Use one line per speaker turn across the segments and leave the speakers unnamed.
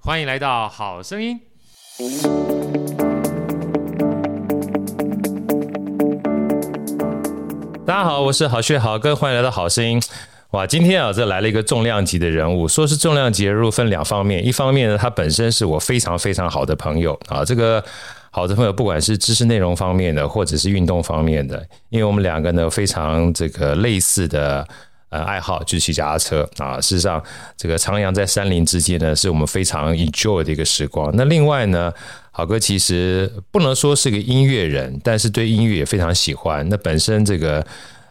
欢迎来到《好声音》。
大家好，我是好学好哥，欢迎来到好声音。哇，今天啊，这来了一个重量级的人物。说是重量级人物，分两方面，一方面呢，他本身是我非常非常好的朋友啊，这个好的朋友，不管是知识内容方面的，或者是运动方面的，因为我们两个呢非常这个类似的呃爱好，就是骑脚踏车啊。事实上，这个徜徉在山林之间呢，是我们非常 enjoy 的一个时光。那另外呢，好哥其实不能说是个音乐人，但是对音乐也非常喜欢。那本身这个。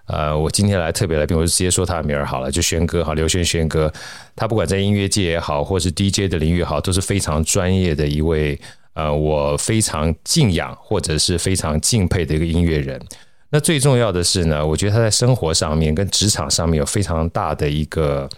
呃，我今天来特别来宾，我就直接说他的名儿好了，就轩哥哈，刘轩轩哥，他不管在音乐界也好，或是 DJ 的领域也好，都是非常专业的一位，呃，我非常敬仰或者是非常敬佩的一个音乐人。那最重要的是呢，我觉得他在生活上面跟职场上面有非常大的一个，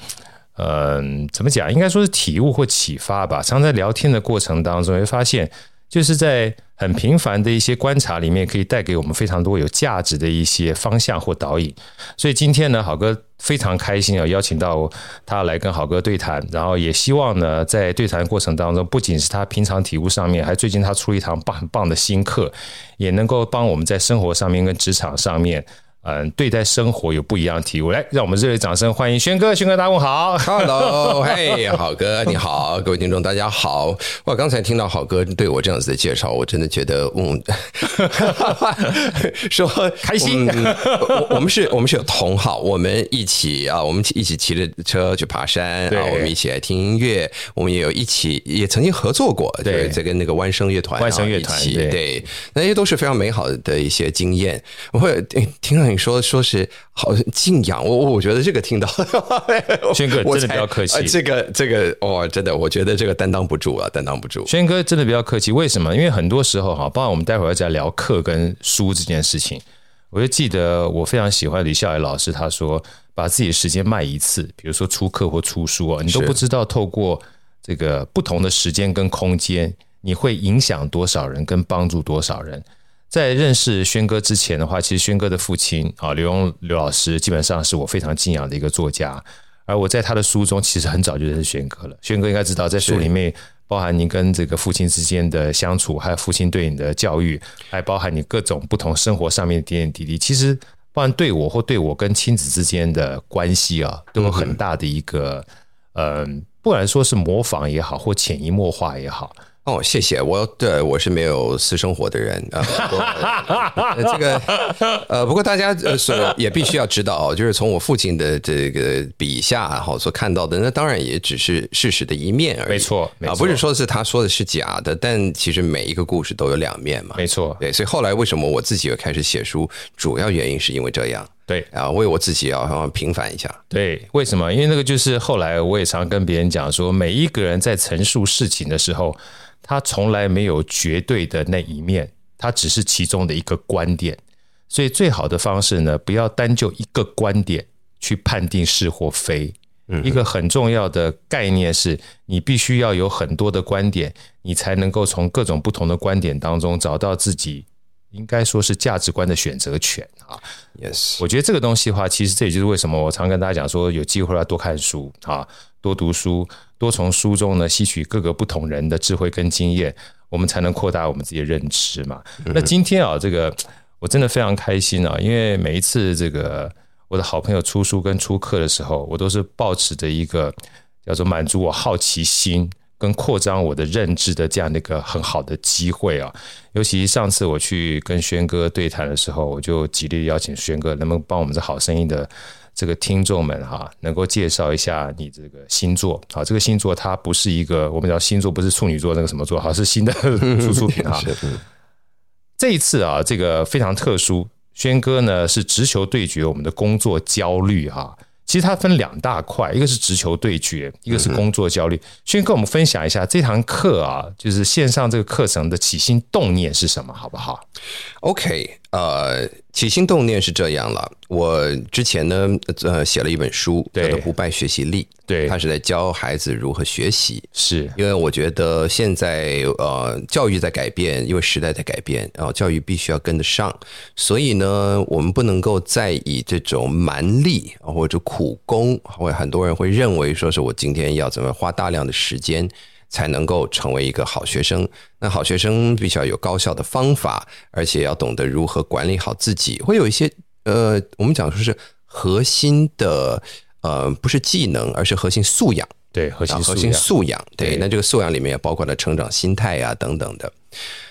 嗯、怎么讲？应该说是体悟或启发吧。常在聊天的过程当中，会发现，就是在很频繁的一些观察里面，可以带给我们非常多有价值的一些方向或导引。所以今天呢，好哥非常开心啊、邀请到他来跟好哥对谈，然后也希望呢，在对谈过程当中，不仅是他平常体悟上面，还最近他出了一堂棒很棒的新课，也能够帮我们在生活上面跟职场上面。嗯，对待生活有不一样的体悟，来，让我们热烈掌声欢迎轩哥，轩哥大家问好。
Hello，嘿， 好哥，你好，各位听众，大家好。哇，刚才听到好哥对我这样子的介绍，我真的觉得，嗯， 说
开心
嗯我我们是，我们是有同好，我们一起啊，我们一起骑着车去爬山
对
啊，我们一起来听音乐，我们也有一起，也曾经合作过，
对
就是在跟那个弯声乐团啊，
弯声乐团
一起
对
对，那些都是非常美好的一些经验。我会诶听到你说说是好敬仰，我我我觉得这个听到，
轩哥
我
真的
才
不要客气
呃这个这个哦，真的，我觉得这个担当不住啊，担当不住。
轩哥真的比较客气，为什么？因为很多时候哈，包括我们待会儿要再聊课跟书这件事情，我就记得我非常喜欢李笑来老师，他说把自己的时间卖一次，比如说出课或出书啊，你都
是
不知道透过这个不同的时间跟空间，你会影响多少人跟帮助多少人。在认识轩哥之前的话，其实轩哥的父亲啊，刘墉刘老师，基本上是我非常敬仰的一个作家。而我在他的书中，其实很早就认识轩哥了。轩哥应该知道，在书里面包含您跟这个父亲之间的相处，还有父亲对你的教育，还包含你各种不同生活上面的点点滴滴。其实，包含对我或对我跟亲子之间的关系啊，都有很大的一个，嗯，不然说是模仿也好，或潜移默化也好，
哦，谢谢。我对我是没有私生活的人啊、不过呃这个呃，不过大家呃所也必须要知道，哦就是从我父亲的这个笔下哈、所看到的，那当然也只是事实的一面而已。
没错没
啊，
错
不是说是他说的是假的，但其实每一个故事都有两面嘛。
没错，
对，所以后来为什么我自己又开始写书，主要原因是因为这样
对。
啊，为我自己要要平反一下。
对，为什么？因为那个就是后来我也常跟别人讲说，每一个人在陈述事情的时候，他从来没有绝对的那一面，他只是其中的一个观点。所以最好的方式呢，不要单就一个观点去判定是或非。一个很重要的概念是，你必须要有很多的观点，你才能够从各种不同的观点当中找到自己应该说是价值观的选择权啊。
Yes，
我觉得这个东西的话，其实这也就是为什么我常跟大家讲说，有机会要多看书啊，多读书，多从书中呢吸取各个不同人的智慧跟经验，我们才能扩大我们自己的认知嘛。那今天啊，这个我真的非常开心啊，因为每一次这个我的好朋友出书跟出课的时候，我都是抱持着一个叫做满足我好奇心跟扩张我的认知的这样的一个很好的机会啊。尤其上次我去跟轩哥对谈的时候，我就极力邀请轩哥，能不能帮我们这好声音的这个听众们哈、能够介绍一下你这个星座啊？这个星座它不是一个我们讲星座不是处女座那个什么座，好是新的输出品哈。
嗯
这一次啊，这个非常特殊，轩哥呢是直球对决我们的工作焦虑哈、其实它分两大块，一个是直球对决，一个是工作焦虑。先跟我们分享一下这堂课啊，就是线上这个课程的起心动念是什么，好不好？
OK，呃，起心动念是这样了。我之前呢，呃，写了一本书，叫
对
做《不败学习力》，
对
它是在教孩子如何学习。
是
因为我觉得现在呃，教育在改变，因为时代在改变，然、后教育必须要跟得上，所以呢，我们不能够再以这种蛮力啊或者苦功，或者很多人会认为说是我今天要怎么花大量的时间才能够成为一个好学生。那好学生必须要有高效的方法，而且要懂得如何管理好自己，会有一些呃，我们讲说是核心的呃，不是技能，而是核心素养。
对核心
啊
素
核心
养，
素养。对，
对
那这个素养里面也包括了成长心态呀、等等的。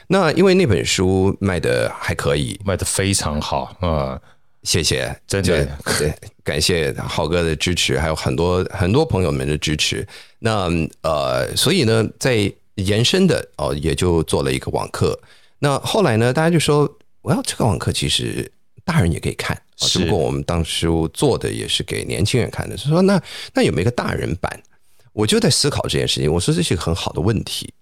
那因为那本书卖的还可以，
卖的非常好啊、
谢谢，
真的
对，对 感谢浩哥的支持，还有很多很多朋友们的支持。那呃，所以呢，在延伸的哦，也就做了一个网课。那后来呢，大家就说，我要这个网课其实大人也可以看，哦
是
只不过我们当初做的也是给年轻人看的，就说那那有没有一个大人版？我就在思考这件事情，我说这是一个很好的问题，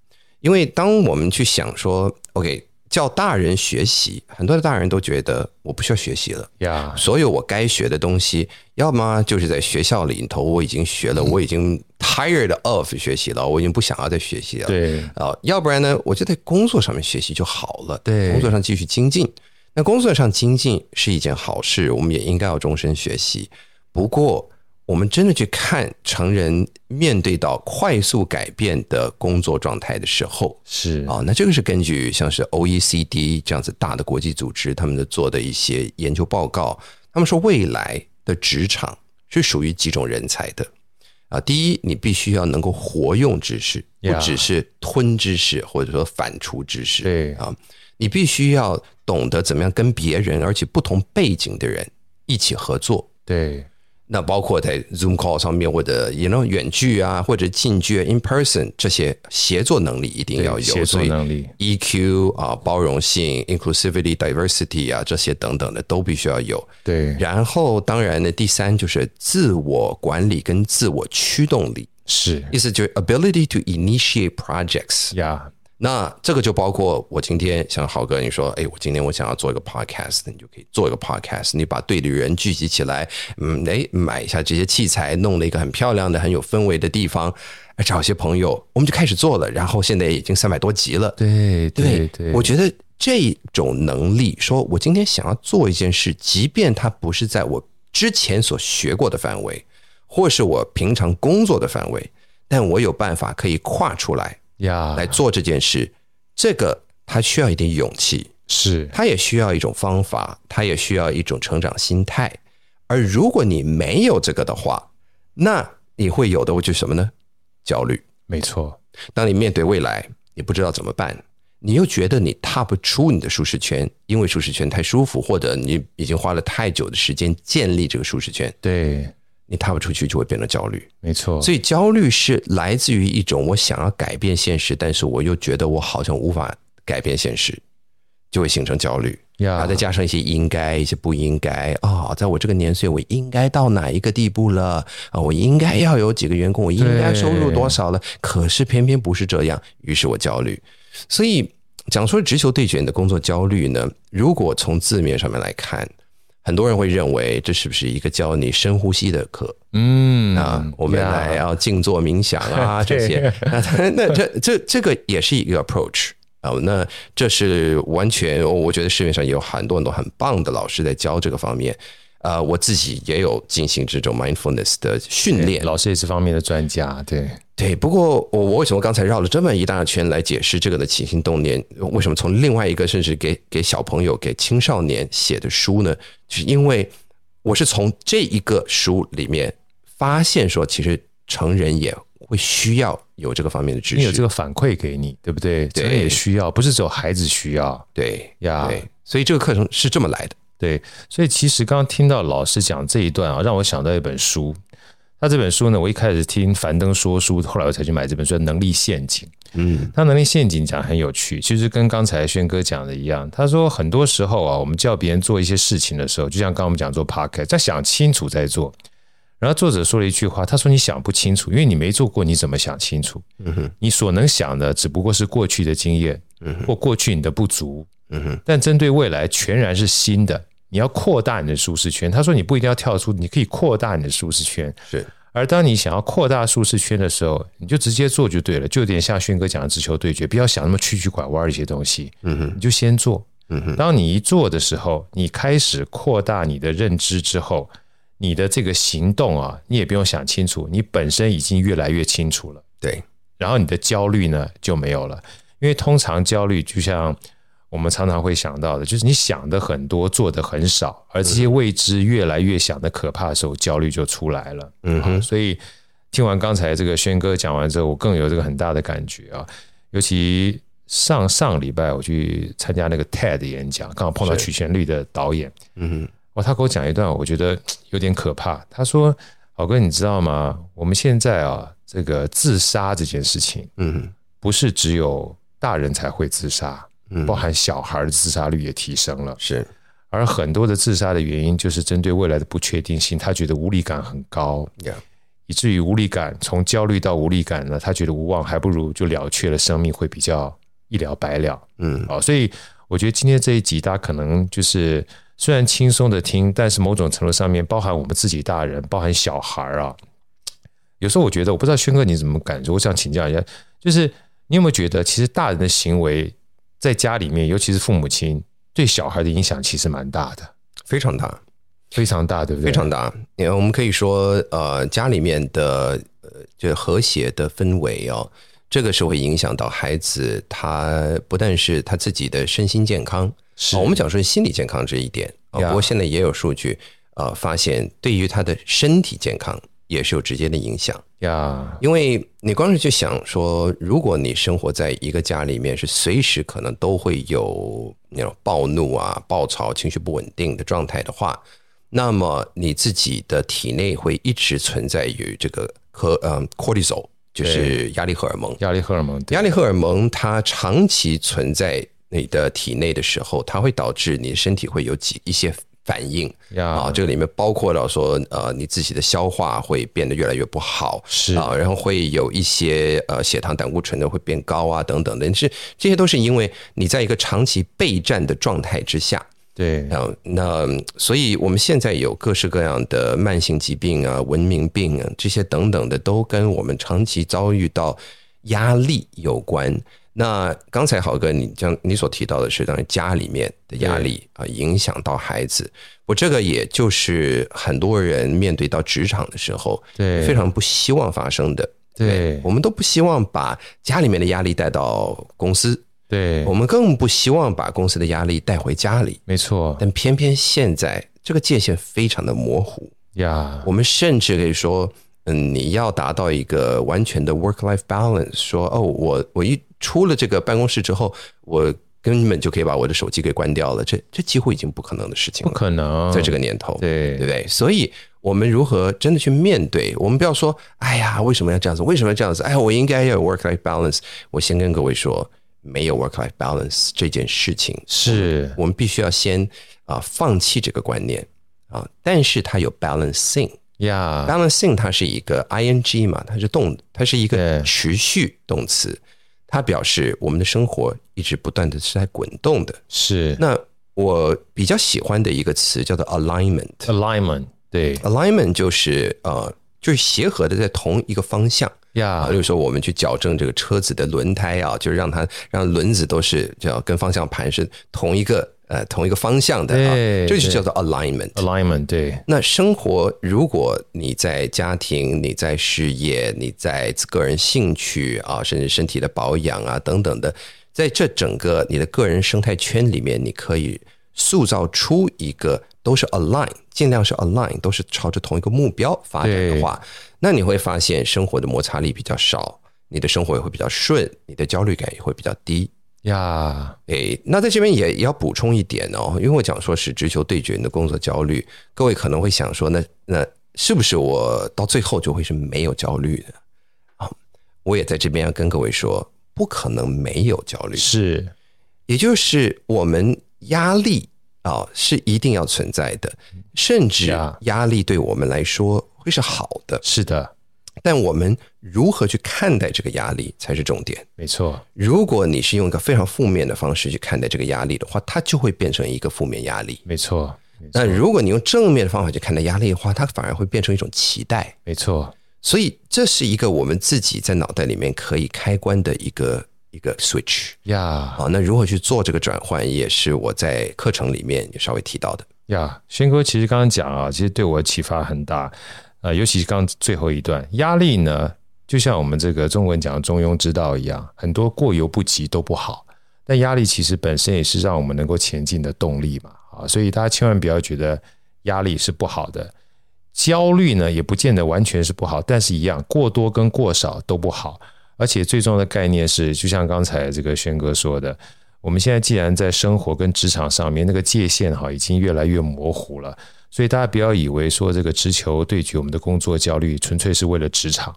因为当我们去想说，OK，叫大人学习，很多的大人都觉得我不需要学习了。
呀，
所有我该学的东西，要么就是在学校里头我已经学
嗯
了，我已经 tired of 学习了，我已经不想要再学习了。
对
啊、要不然呢，我就在工作上面学习就好了。
对
工作上继续精进。那工作上精进是一件好事，我们也应该要终身学习。不过，我们真的去看成人面对到快速改变的工作状态的时候，
是
啊、那这个是根据像是 OECD 这样子大的国际组织他们的做的一些研究报告，他们说未来的职场是属于几种人才的啊。第一，你必须要能够活用知识，不
Yeah
只是吞知识或者说反刍知识。
对
啊，你必须要懂得怎么样跟别人，而且不同背景的人一起合作。
对
那包括在 Zoom call 上面，或者也能远距啊，或者近距 in person 这些协作能力一定要有，
协作
所以
能力
EQ 啊、包容性、inclusivity、diversity 啊这些等等的都必须要有。
对
然后，当然呢，第三就是自我管理跟自我驱动力，
是
意思就是 ability to initiate projects。
呀，
那这个就包括我今天像豪哥，你说，哎，我今天我想要做一个 podcast，你就可以做一个 podcast，你把对的人聚集起来，嗯，哎，买一下这些器材，弄了一个很漂亮的、很有氛围的地方，哎找一些朋友，我们就开始做了，然后现在已经三百多集了，
对对对，
我觉得这种能力，说我今天想要做一件事，即便它不是在我之前所学过的范围，或是我平常工作的范围，但我有办法可以跨出来
呀
来做这件事，嗯这个它需要一定勇气，
是
它也需要一种方法，它也需要一种成长心态。而如果你没有这个的话，那你会有的就是什么呢？焦虑。
没错，
当你面对未来，你不知道怎么办，你又觉得你踏不出你的舒适圈，因为舒适圈太舒服，或者你已经花了太久的时间建立这个舒适圈，
对
你踏不出去就会变得焦虑。
没错，
所以焦虑是来自于一种我想要改变现实，但是我又觉得我好像无法改变现实，就会形成焦虑。然
呀
啊后再加上一些应该、一些不应该啊、在我这个年岁，我应该到哪一个地步了啊？我应该要有几个员工，我应该收入多少了？可是偏偏不是这样，于是我焦虑。所以讲说直球对决你的工作焦虑呢，如果从字面上面来看，很多人会认为这是不是一个教你深呼吸的课？
嗯
啊，我们
呀
来要静坐冥想 啊这些。那 那这这这个也是一个 approach 啊，那这是完全，我我觉得市面上也有很多很多很棒的老师在教这个方面。呃，我自己也有进行这种 mindfulness 的训练。
老师也是方面的专家，对
对，不过我我为什么刚才绕了这么一大圈来解释这个的起心动念？为什么从另外一个甚至给给小朋友、给青少年写的书呢？就是因为我是从这一个书里面发现说，其实成人也会需要有这个方面的知
你有这
识。
个反馈给你，对不对？
对
成人也需要，不是只有孩子需要
对
呀。
对，所以这个课程是这么来的。
对，所以其实刚刚听到老师讲这一段啊，让我想到一本书。那这本书呢，我一开始听樊登说书，后来我才去买这本书《能力陷阱》。
嗯，
他能力陷阱讲得很有趣，其实跟刚才轩哥讲的一样。他说，很多时候啊，我们叫别人做一些事情的时候，就像刚刚我们讲做 p o c k e t 在想清楚再做。然后作者说了一句话，他说：“你想不清楚，因为你没做过，你怎么想清楚？
嗯哼，
你所能想的只不过是过去的经验，
嗯哼，
或过去你的不足，
嗯哼，
但针对未来全然是新的。你要扩大你的舒适圈。”他说：“你不一定要跳出，你可以扩大你的舒适圈。
是，
而当你想要扩大舒适圈的时候，你就直接做就对了，就有点像轩哥讲的直球对决，不要想那么曲曲拐弯一些东西，
嗯哼，
你就先做。
嗯哼，
当你一做的时候，你开始扩大你的认知之后，你的这个行动啊，你也不用想清楚，你本身已经越来越清楚了。
对，
然后你的焦虑呢就没有了，因为通常焦虑就像我们常常会想到的，就是你想的很多，做的很少，而这些未知越来越想的可怕的时候，焦虑就出来了。
嗯
啊
哼，
所以听完刚才这个轩哥讲完之后，我更有这个很大的感觉啊，尤其上上礼拜我去参加那个 TED 演讲，刚好碰到
是
曲旋律的导演，
嗯哼，
哇，他给我讲一段，我觉得有点可怕。他说：“好哥，你知道吗？我们现在啊，这个自杀这件事情，
嗯哼，
不是只有大人才会自杀，
嗯
包含小孩的自杀率也提升了。
是，
而很多的自杀的原因，就是针对未来的不确定性，他觉得无力感很高，
Yeah
以至于无力感从焦虑到无力感呢，他觉得无望，还不如就了却了生命，会比较一了百了。
嗯，
啊、所以我觉得今天这一集大家可能就是虽然轻松的听，但是某种程度上面包含我们自己大人，包含小孩儿啊。有时候我觉得，我不知道轩哥你怎么感觉，我想请教一下，就是你有没有觉得，其实大人的行为在家里面，尤其是父母亲对小孩的影响其实蛮大的，
非常大，
非常大，对不对？
非常大。呃我们可以说，呃，家里面的呃，就和谐的氛围哦，这个是会影响到孩子，他不但是他自己的身心健康，
是
哦我们讲说心理健康这一点啊、哦
Yeah
不过现在也有数据呃发现，对于他的身体健康也是有直接的影响。
呀，
因为你光是去想说，如果你生活在一个家里面，是随时可能都会有那种暴怒啊、暴躁、情绪不稳定的状态的话，那么你自己的体内会一直存在于这个和嗯 cortisol，就是压力荷尔蒙。
压力荷尔蒙，对
压力荷尔蒙它长期存在你的体内的时候，它会导致你身体会有几一些反应啊
呀，，
这个里面包括到说呃你自己的消化会变得越来越不好，
是
啊，然后会有一些呃血糖胆固醇的会变高啊等等的，是这些都是因为你在一个长期备战的状态之下，
对
啊，那所以我们现在有各式各样的慢性疾病啊、文明病啊这些等等的，都跟我们长期遭遇到压力有关。那刚才豪哥你将你所提到的是，当然家里面的压力啊、影响到孩子，我这个也就是很多人面对到职场的时候，
对
非常不希望发生的。
对
我们都不希望把家里面的压力带到公司，
对
我，们更不希望把公司的压力带回家里。
没错
但偏偏现在这个界限非常的模糊，
呀，
我们甚至可以说，嗯，你要达到一个完全的 work-life balance，说哦，我我一出了这个办公室之后，我根本就可以把我的手机给关掉了，这这几乎已经不可能的事情
不
了，
可能
在这个年头，
对
对不对？所以我们如何真的去面对？我们不要说，哎呀，为什么要这样子？为什么要这样子？哎呀，我应该要有 work-life balance。我先跟各位说，没有 work-life balance 这件事情
是
我们必须要先啊、放弃这个观念啊，但是它有 balancing，balancing
呀，
它是一个 ing 嘛，它是动，它是一个
对
持续动词，它表示我们的生活一直不断的是在滚动的。
是
那我比较喜欢的一个词叫做 alignment，alignment
alignment，对
alignment 就是呃就是协和的在同一个方向。啊，
呀
就是说我们去矫正这个车子的轮胎啊，就是让它让轮子都是叫跟方向盘是同一个呃同一个方向的啊，
对
这就
对
叫做 alignment。
，alignment，对
那生活，如果你在家庭、你在事业、你在个人兴趣啊，甚至身体的保养啊等等的，在这整个你的个人生态圈里面，你可以塑造出一个都是 align，尽量是 align，都是朝着同一个目标发展的话，那你会发现生活的摩擦力比较少，你的生活也会比较顺，你的焦虑感也会比较低。
呀，
诶，那在这边也也要补充一点哦，因为我讲说是直球对决你的工作焦虑，各位可能会想说，那那是不是我到最后就会是没有焦虑的啊？我也在这边要跟各位说，不可能没有焦虑，
是
也就是我们压力啊、是一定要存在的，甚至
Yeah
压力对我们来说会是好的，
是的，
但我们如何去看待这个压力才是重点。
没错，
如果你是用一个非常负面的方式去看待这个压力的话，它就会变成一个负面压力。
没错，没错
那如果你用正面的方法去看待压力的话，它反而会变成一种期待。
没错，
所以这是一个我们自己在脑袋里面可以开关的一个一个 switch
呀
啊。那如何去做这个转换，也是我在课程里面也稍微提到的。
呀，轩哥其实刚刚讲啊，其实对我启发很大，呃，尤其是刚刚最后一段，压力呢，就像我们这个中文讲的中庸之道一样，很多过犹不及都不好，但压力其实本身也是让我们能够前进的动力嘛，啊，所以大家千万不要觉得压力是不好的，焦虑呢也不见得完全是不好，但是一样过多跟过少都不好，而且最重要的概念是，就像刚才这个轩哥说的，我们现在既然在生活跟职场上面那个界限哈已经越来越模糊了，所以大家不要以为说这个直球对决我们的工作焦虑纯粹是为了职场，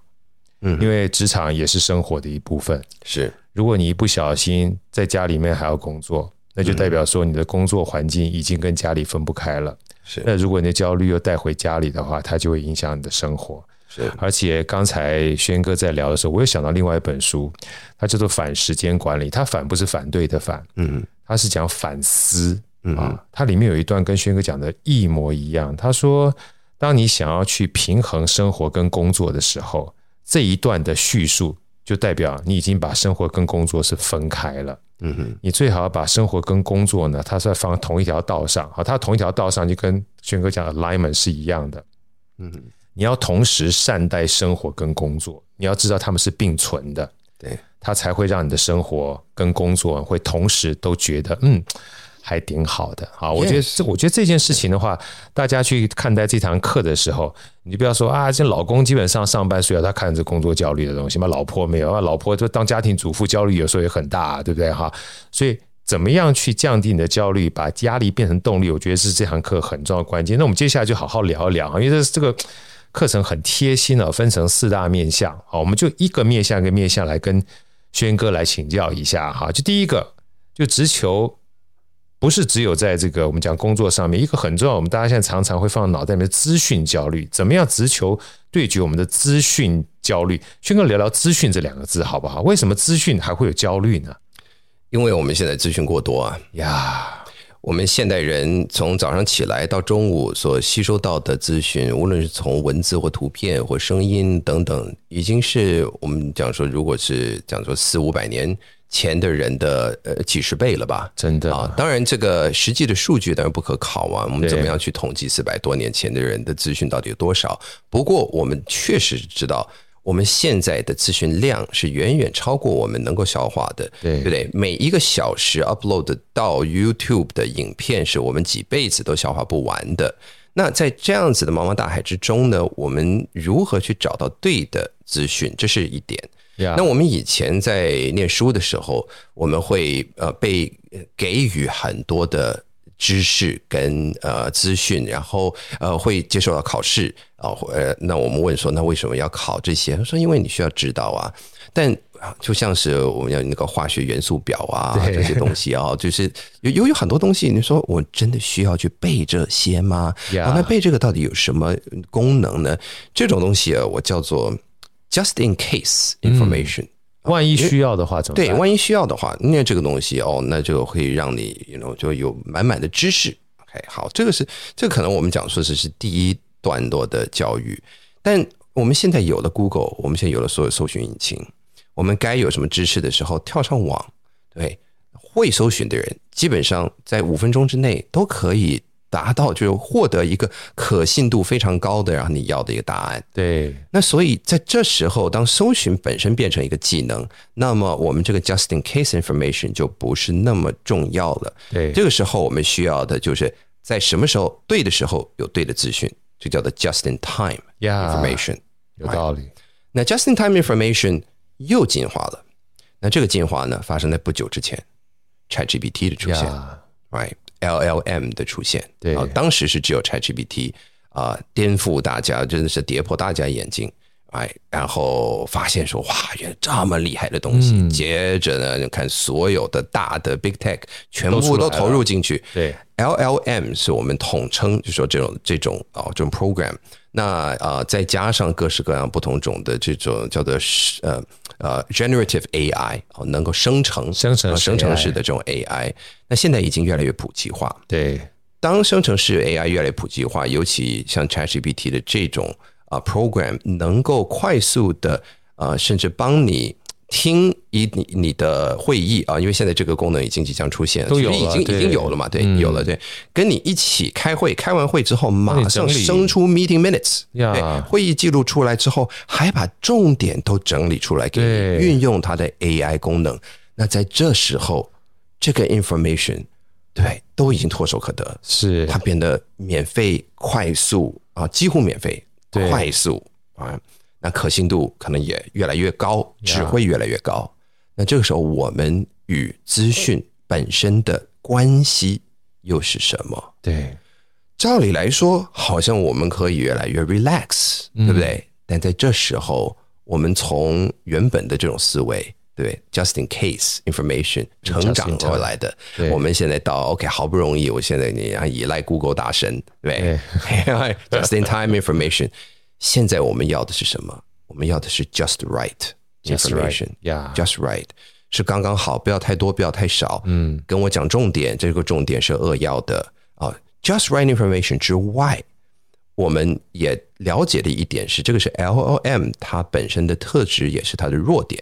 嗯
因为职场也是生活的一部分。
是
如果你一不小心在家里面还要工作，那就代表说你的工作环境已经跟家里分不开了。
是
那如果你的焦虑又带回家里的话，它就会影响你的生活。
是
而且刚才轩哥在聊的时候，我又想到另外一本书，它叫做《反时间管理》。它反不是反对的反，
嗯
它是讲反思
嗯
啊。它里面有一段跟轩哥讲的一模一样。他说，当你想要去平衡生活跟工作的时候，这一段的叙述就代表你已经把生活跟工作是分开了。
嗯哼
你最好把生活跟工作呢，它是放同一条道上。好，它同一条道上就跟轩哥讲的 alignment 是一样的。
嗯哼
你要同时善待生活跟工作，你要知道他们是并存的，
对，
它才会让你的生活跟工作会同时都觉得嗯。还挺好的，好，我觉得这，我觉得这件事情的话，大家去看待这堂课的时候，你就不要说啊，这老公基本上上班，所以他看着工作焦虑的东西嘛，老婆没有啊，老婆就当家庭主妇焦虑有时候也很大、啊对不对哈？所以怎么样去降低你的焦虑，把压力变成动力，我觉得是这堂课很重要的关键。那我们接下来就好好聊一聊，因为这这个课程很贴心啊，分成四大面向好，我们就一个面向一个面向来跟轩哥来请教一下哈。就第一个，就直球。不是只有在这个我们讲工作上面，一个很重要，我们大家现在常常会放到脑袋里面的资讯焦虑，怎么样直球对决我们的资讯焦虑？轩哥聊聊资讯这两个字好不好？为什么资讯还会有焦虑呢？
因为我们现在资讯过多啊，
呀，
我们现代人从早上起来到中午所吸收到的资讯，无论是从文字或图片或声音等等，已经是我们讲说，如果是讲说四五百年前的人的呃几十倍了吧。
真的
啊，当然，这个实际的数据当然不可考啊。我们
对
怎么样去统计四百多年前的人的资讯到底有多少？不过，我们确实知道，我们现在的资讯量是远远超过我们能够消化的。
对
对不对？每一个小时 upload 到 YouTube 的影片，是我们几辈子都消化不完的。那在这样子的茫茫大海之中呢，我们如何去找到对的资讯？这是一点。
呀，
那我们以前在念书的时候，我们会呃被呃给予很多的知识跟呃资讯，然后呃会接受到考试啊，或呃那我们问说，那为什么要考这些？他说因为你需要知道啊，但。啊就像是我们要那个化学元素表啊，
对
这些东西啊，就是有有有很多东西，你说我真的需要去背这些吗？
呀
啊，那背这个到底有什么功能呢？这种东西啊，我叫做 just in case information、
万一需要的话怎么办？
对，万一需要的话，那这个东西哦，那就会让你，you know，就有满满的知识。OK，好，这个是这个可能我们讲说是是第一段落的教育，但我们现在有了 Google，我们现在有了所有搜寻引擎，我们该有什么知识的时候，跳上网，对，会搜寻的人，基本上在五分钟之内都可以达到，就是获得一个可信度非常高的，然后你要的一个答案。
对
那所以在这时候，当搜寻本身变成一个技能，那么我们这个 just in case information 就不是那么重要了。
对
这个时候我们需要的就是在什么时候对的时候有对的资讯，这叫做 just in time
呀
information。
有道理，
那 just in time information 又进化了。那这个进化呢，发生在不久之前，ChatGPT 的出现。
呀
right，LLM 的出现，
对
啊，当时是只有 ChatGPT 啊、颠覆大家，真的是跌破大家眼睛。哎，然后发现说哇，原来这么厉害的东西。
嗯
接着呢，就看所有的大的 big tech 全
都出
部
来
都
了
投入进去。
对
，LLM 是我们统称，就说这种这种啊、这种 program。那呃，再加上各式各样不同种的这种叫做是呃呃 generative AI，哦，能够生成
生成
呃
式
生成
AI
式的这种 AI，那现在已经越来越普及化。
对，
当生成式 AI 越来越普及化，尤其像 ChatGPT 的这种啊、program，能够快速的呃，甚至帮你听一你你的会议啊，因为现在这个功能已经即将出现，
都有了
其实已经
对嗯
已经有了嘛，对，有了，对，跟你一起开会，开完会之后
帮你整
马上
理
生出 meeting minutes，
呀
对，会议记录出来之后，还把重点都整理出来给
对
你，运用它的 AI 功能。那在这时候，这个 information 对都已经唾手可得，
是
它变得免费、快速啊，几乎免费、
对
快速啊，那可信度可能也越来越高，
啊
只会越来越高。那这个时候，我们与资讯本身的关系又是什么？
对，
照理来说，好像我们可以越来越 relax，对
嗯
不对？但在这时候，我们从原本的这种思维，对不对，just in case information 成长而来的
嗯对，
我们现在到 OK，好不容易，我现在你要啊依赖 Google 大神，对不对 ，just in time information。现在我们要的是什么？我们要的是 just right
Just right，
information，
呀
just right，是刚刚好，不要太多，不要太少。嗯，跟我讲重点，这个重点是扼要的啊。just right information 之外，我们也了解的一点是，这个是 LLM 它本身的特质，也是它的弱点。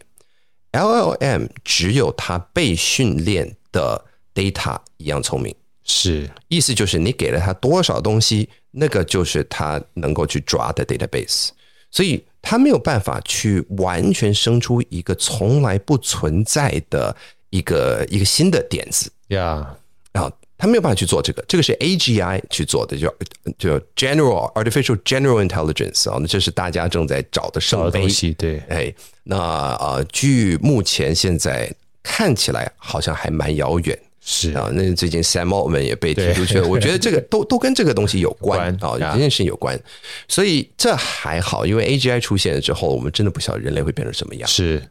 LLM 只有它被训练的 data 一样聪明，
是
意思就是你给了它多少东西，那个就是它能够去抓的 database，所以它没有办法去完全生出一个从来不存在的一个一个新的点子
呀，
啊，它没有办法去做这个，这个是 AGI 去做的，就就 General Artificial General Intelligence 啊，那这是大家正在找
找
的圣
的
杯
东，西对，
哎，那呃，据目前现在看起来好像还蛮遥远。
是
啊，那最近 Sam Altman 也被踢
对
出去了，我觉得这个都都跟这个东西有关
有
啊，
关啊
这件事情有关，所以这还好，因为 AGI 出现了之后，我们真的不晓得人类会变成什么样。
是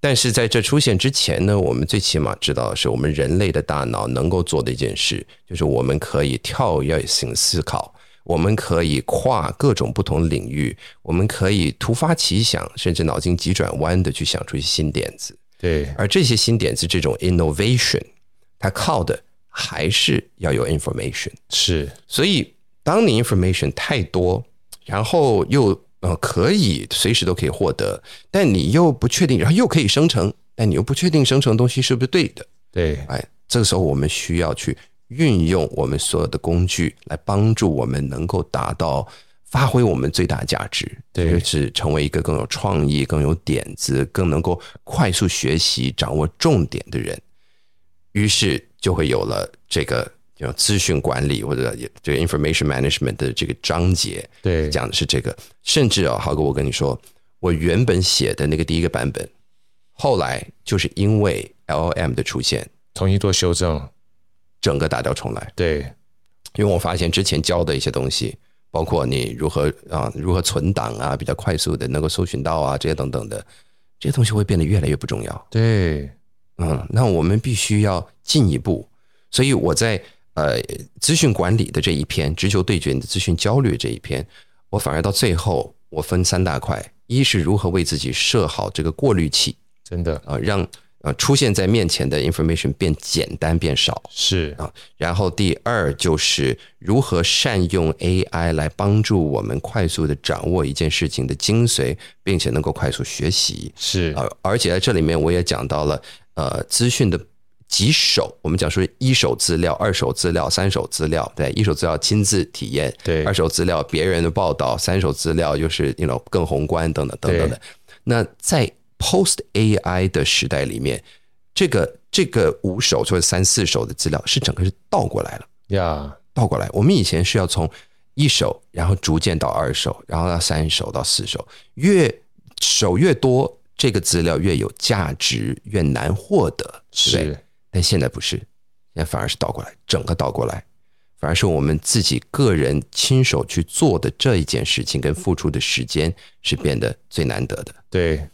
但是在这出现之前呢，我们最起码知道的是，我们人类的大脑能够做的一件事，就是我们可以跳跃性思考，我们可以跨各种不同领域，我们可以突发奇想，甚至脑筋急转弯的去想出一些新点子。
对，
而这些新点子，这种 innovation，它靠的还是要有 information。
是
所以，当你 information 太多，然后又呃可以随时都可以获得，但你又不确定，然后又可以生成，但你又不确定生成的东西是不是对的。
对，
哎，这个时候我们需要去运用我们所有的工具来帮助我们能够达到发挥我们最大价值，
对
就是成为一个更有创意、更有点子、更能够快速学习、掌握重点的人。于是就会有了这个叫资讯管理或者这个 information management 的这个章节。
对
讲的是这个，甚至啊、豪哥，我跟你说，我原本写的那个第一个版本，后来就是因为 L M 的出现，
重新做修正，
整个打掉重来，
对
因为我发现之前教的一些东西，包括你如何啊、如何存档啊，比较快速的能够搜寻到啊，这些等等的，这些东西会变得越来越不重要。
对
嗯，那我们必须要进一步，所以我在呃资讯管理的这一篇，直球对决你的资讯焦虑这一篇，我反而到最后我分三大块，一是如何为自己设好这个过滤器
真的
啊、让呃出现在面前的 information 变简单变少，
是
啊，然后第二就是如何善用 AI 来帮助我们快速的掌握一件事情的精髓，并且能够快速学习。
是
呃，而且在这里面我也讲到了，呃，资讯的几手，我们讲说一手资料、二手资料、三手资料，对，一手资料亲自体验，
对
二手资料别人的报道，三手资料又是 you know 更宏观等等等等的。那在 post AI 的时代里面，这个这个五手或者三四手的资料是整个是倒过来了。
呀，
倒过来，我们以前是要从一手，然后逐渐到二手，然后到三手，到四手，越手越多，这个资料越有价值，越难获得，对不对
是
但现在不是，现在反而是倒过来，整个倒过来，反而是我们自己个人亲手去做的这一件事情跟付出的时间是变得最难得的。
对，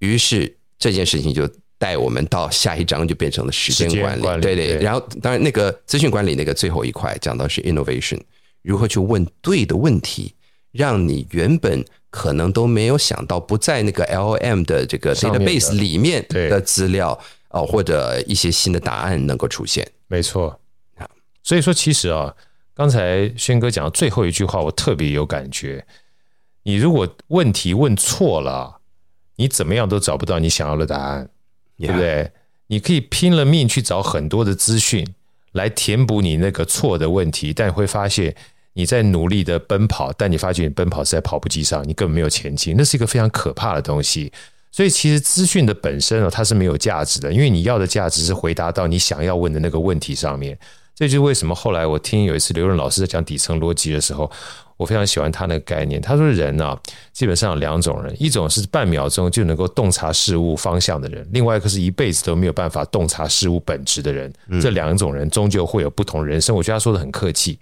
于是这件事情就带我们到下一章，就变成了时间
时间
管理。
管理
对
对
然后当然那个资讯管理那个最后一块讲到是 innovation，如何去问对的问题，让你原本可能都没有想到不在那个 LM 的这个
上面的
database 里面
对
的资料哦，或者一些新的答案能够出现。
没错。所以说，其实啊，刚才轩哥讲的最后一句话，我特别有感觉。你如果问题问错了，你怎么样都找不到你想要的答案。对不对？你可以拼了命去找很多的资讯来填补你那个错的问题，但你会发现你在努力的奔跑，但你发觉你奔跑是在跑步机上，你根本没有前进，那是一个非常可怕的东西。所以其实资讯的本身啊，它是没有价值的，因为你要的价值是回答到你想要问的那个问题上面。这就是为什么后来我听有一次刘润老师在讲底层逻辑的时候，我非常喜欢他那个概念。他说人啊，基本上有两种人，一种是半秒钟就能够洞察事物方向的人，另外一个是一辈子都没有办法洞察事物本质的人。这两种人终究会有不同人生。我觉得他说的很客气。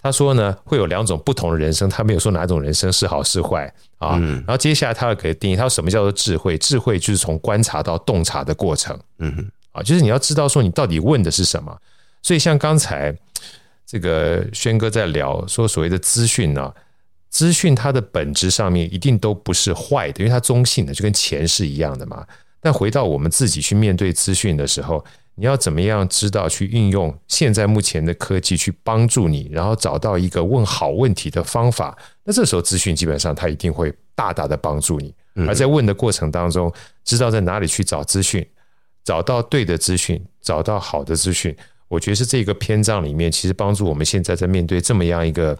他说呢，会有两种不同的人生，他没有说哪种人生是好是坏啊。然后接下来他要给定义，他说什么叫做智慧？智慧就是从观察到洞察的过程。
嗯哼，
啊，就是你要知道说你到底问的是什么。所以像刚才这个轩哥在聊说所谓的资讯呢、资讯它的本质上面一定都不是坏的，因为它中性的，就跟钱是一样的嘛。但回到我们自己去面对资讯的时候，你要怎么样知道去运用现在目前的科技去帮助你，然后找到一个问好问题的方法？那这时候资讯基本上它一定会大大的帮助你。而在问的过程当中，知道在哪里去找资讯，找到对的资讯，找到好的资讯，我觉得是这个篇章里面，其实帮助我们现在在面对这么样一个，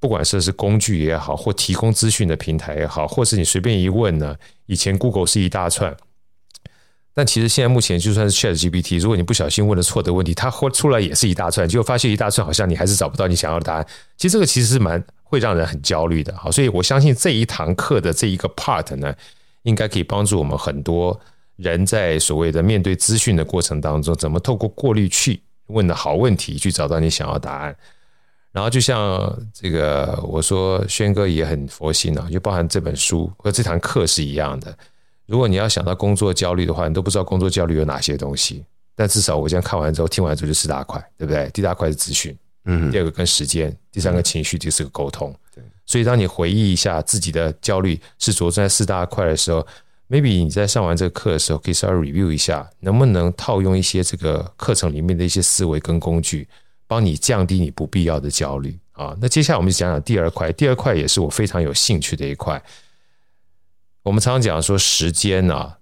不管说是工具也好，或提供资讯的平台也好，或是你随便一问呢，以前 Google 是一大串。但其实现在目前就算是 Chat GPT，如果你不小心问了错的问题，它会出来也是一大串，结果发现一大串好像你还是找不到你想要的答案。其实这个其实是蛮会让人很焦虑的，好，所以我相信这一堂课的这一个 part 呢，应该可以帮助我们很多人在所谓的面对资讯的过程当中，怎么透过过滤器问的好问题，去找到你想要的答案。然后就像这个，我说轩哥也很佛心啊，就包含这本书和这堂课是一样的。如果你要想到工作焦虑的话，你都不知道工作焦虑有哪些东西。但至少我这样看完之后，听完之后就四大块，对不对？第一大块是资讯，
嗯
第二个跟时间，第三个情绪，第四个沟通。所以当你回忆一下自己的焦虑是着重在四大块的时候，maybe 你在上完这个课的时候，可以稍微 review 一下，能不能套用一些这个课程里面的一些思维跟工具，帮你降低你不必要的焦虑啊。那接下来我们就讲讲第二块，第二块也是我非常有兴趣的一块。我们常常讲说时间啊，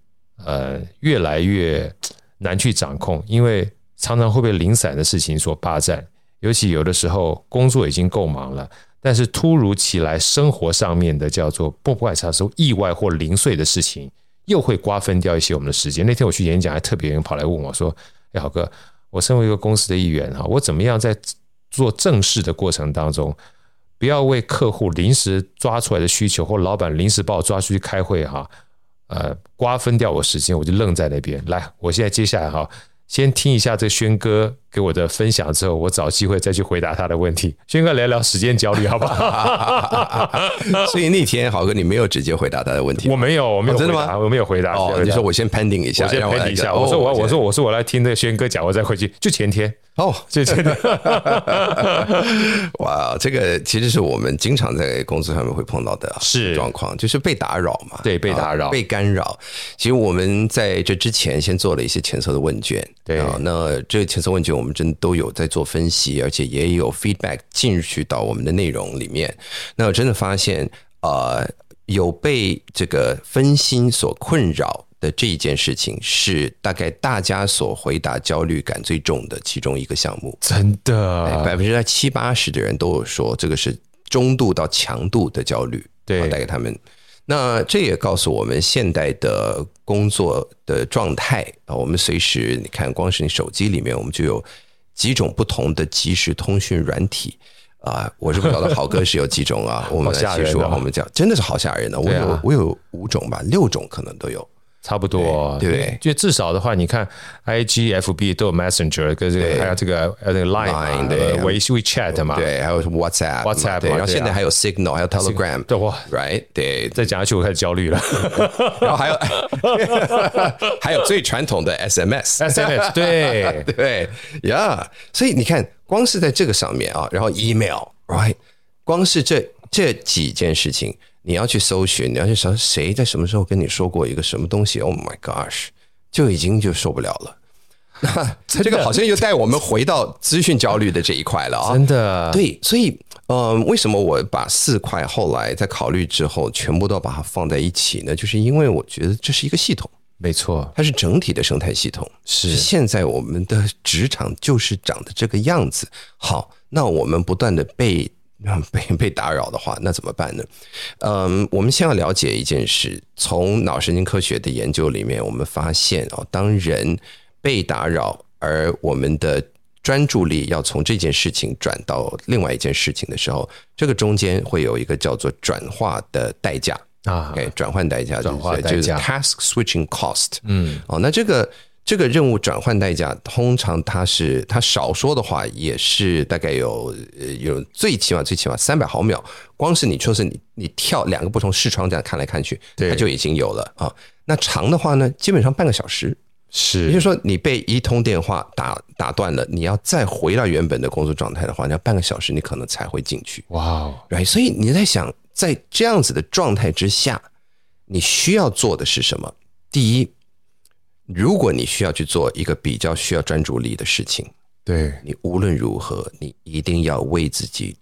呃，越来越难去掌控，因为常常会被零散的事情所霸占。尤其有的时候工作已经够忙了，但是突如其来生活上面的叫做不管啥时候意外或零碎的事情，又会瓜分掉一些我们的时间。那天我去演讲，还特别有人跑来问我说：“哎，好哥，我身为一个公司的一员哈，我怎么样在做正事的过程当中，不要为客户临时抓出来的需求或老板临时把我抓出去开会哈，呃，瓜分掉我时间，我就愣在那边。来，我现在接下来哈，先听一下这轩哥给我的分享之后，我找机会再去回答他的问题。轩哥聊聊时间焦虑好不 好？
哼，所以那天豪哥你没有直接回答他的问题
我，没有，我没有回
哦真的
答，
吗
我没有回答。
哦，
对
你说
我
我先 pending 一下，
我先
让
陪
来
你一下。
讲
我说我
哦
我说我说我来听那个轩哥讲，我再回去。就前天，
哦，
就前 天。
哇，这个其实是我们经常在工作上面会碰到的
是
状况，就是被打扰嘛，
对被打扰
啊被干扰。其实我们在这之前先做了一些前测的问卷，
对
啊，那这个前测问卷我们真的都有在做分析，而且也有 feedback 进去到我们的内容里面。那我真的发现，呃，有被这个分心所困扰。的这一件事情是大概大家所回答焦虑感最重的其中一个项目，
真的，
百分之七八十的人都有说这个是中度到强度的焦虑，
对
啊带给他们。那这也告诉我们现代的工作的状态啊，我们随时你看，光是你手机里面，我们就有几种不同的即时通讯软体啊。我是不晓得好哥是有 几种啊，我
好
们
吓
来细
人
说
啊，
我们讲真的是好吓人的，我
对啊
有我有五种吧，六种可能都有。
差不多，
对对
因为因为至少的话，你看 I G F B 都有 Messenger，跟这
对
个还有这个还有这个 Line，嘛
Line，对
呃微 WeChat 嘛，
对，还有 WhatsApp，嘛
WhatsApp
对，
嘛对
然后
啊
现在还有 Signal，还有 Telegram，
对哇，
，right，对，
再讲下去我开始焦虑 了。
然后还有 还有最传统的 SMS，
SMS 对
对呀，所以你看，光是在这个上面啊，然后 email，right，光是这这几件事情，你要去搜寻，你要去想谁在什么时候跟你说过一个什么东西，Oh my gosh，就已经就受不了了。 这个好像又带我们回到资讯焦虑的这一块了啊！
真的
对，所以，呃，为什么我把四块后来在考虑之后，全部都把它放在一起呢？就是因为我觉得这是一个系统，
没错，
它是整体的生态系统。
是
现在我们的职场就是长得这个样子。好，那我们不断的被啊被被打扰的话，那怎么办呢？嗯，我们先要了解一件事，从脑神经科学的研究里面，我们发现哦，当人被打扰，而我们的专注力要从这件事情转到另外一件事情的时候，这个中间会有一个叫做转化的代价。
啊，
OK，转换代价，
转化
对就是
代价
task switching cost。嗯，哦，那这个这个任务转换代价，通常它是它少说的话，也是大概有呃有最起码最起码三百毫秒，光是你就是你你跳两个不同视窗这样看来看去，
对
它就已经有了啊。那长的话呢，基本上半个小时。也就是是说，你被一通电话打打断了，你要再回到原本的工作状态的话，你要半个小时，你可能才会进去。
哇哦，
right？所以你在想，在这样子的状态之下，你需要做的是什么？第一，如果你需要去做一个比较需要专注力的事情，
对，
你无论如何，你一定要为自己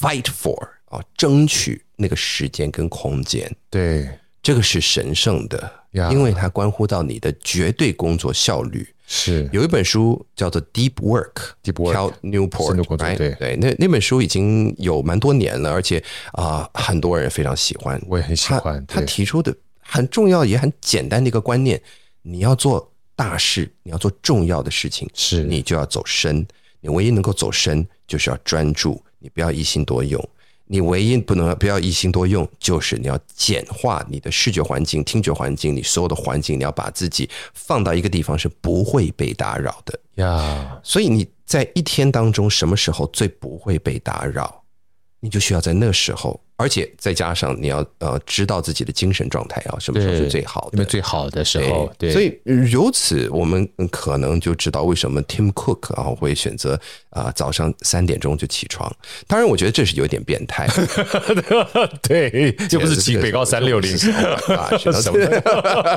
fight for 啊，争取那个时间跟空间，
对，
这个是神圣的
Yeah
因为它关乎到你的绝对工作效率。
是
有一本书叫做《Deep Work》
Deep Work
Cal
深
Newport，
度工作
right？
对
对，那那本书已经有蛮多年了，而且啊、很多人非常喜欢。
我也很喜欢，
他他
对
提出的很重要也很简单的一个观念：你要做大事，你要做重要的事情，
是
你就要走深。你唯一能够走深，就是要专注，你不要一心多用。你唯一不能不要一心多用，就是你要简化你的视觉环境、听觉环境，你所有的环境，你要把自己放到一个地方是不会被打扰的。
呀，
所以你在一天当中什么时候最不会被打扰，你就需要在那时候，而且再加上你要呃知道自己的精神状态啊，什么时候是最好
因为
的。
最好的时候，对，
所以呃由此我们嗯可能就知道为什么 Tim Cook 啊会选择啊、早上三点钟就起床。当然，我觉得这是有点变态，
对，就不是骑北高三六 零，
啊，什么？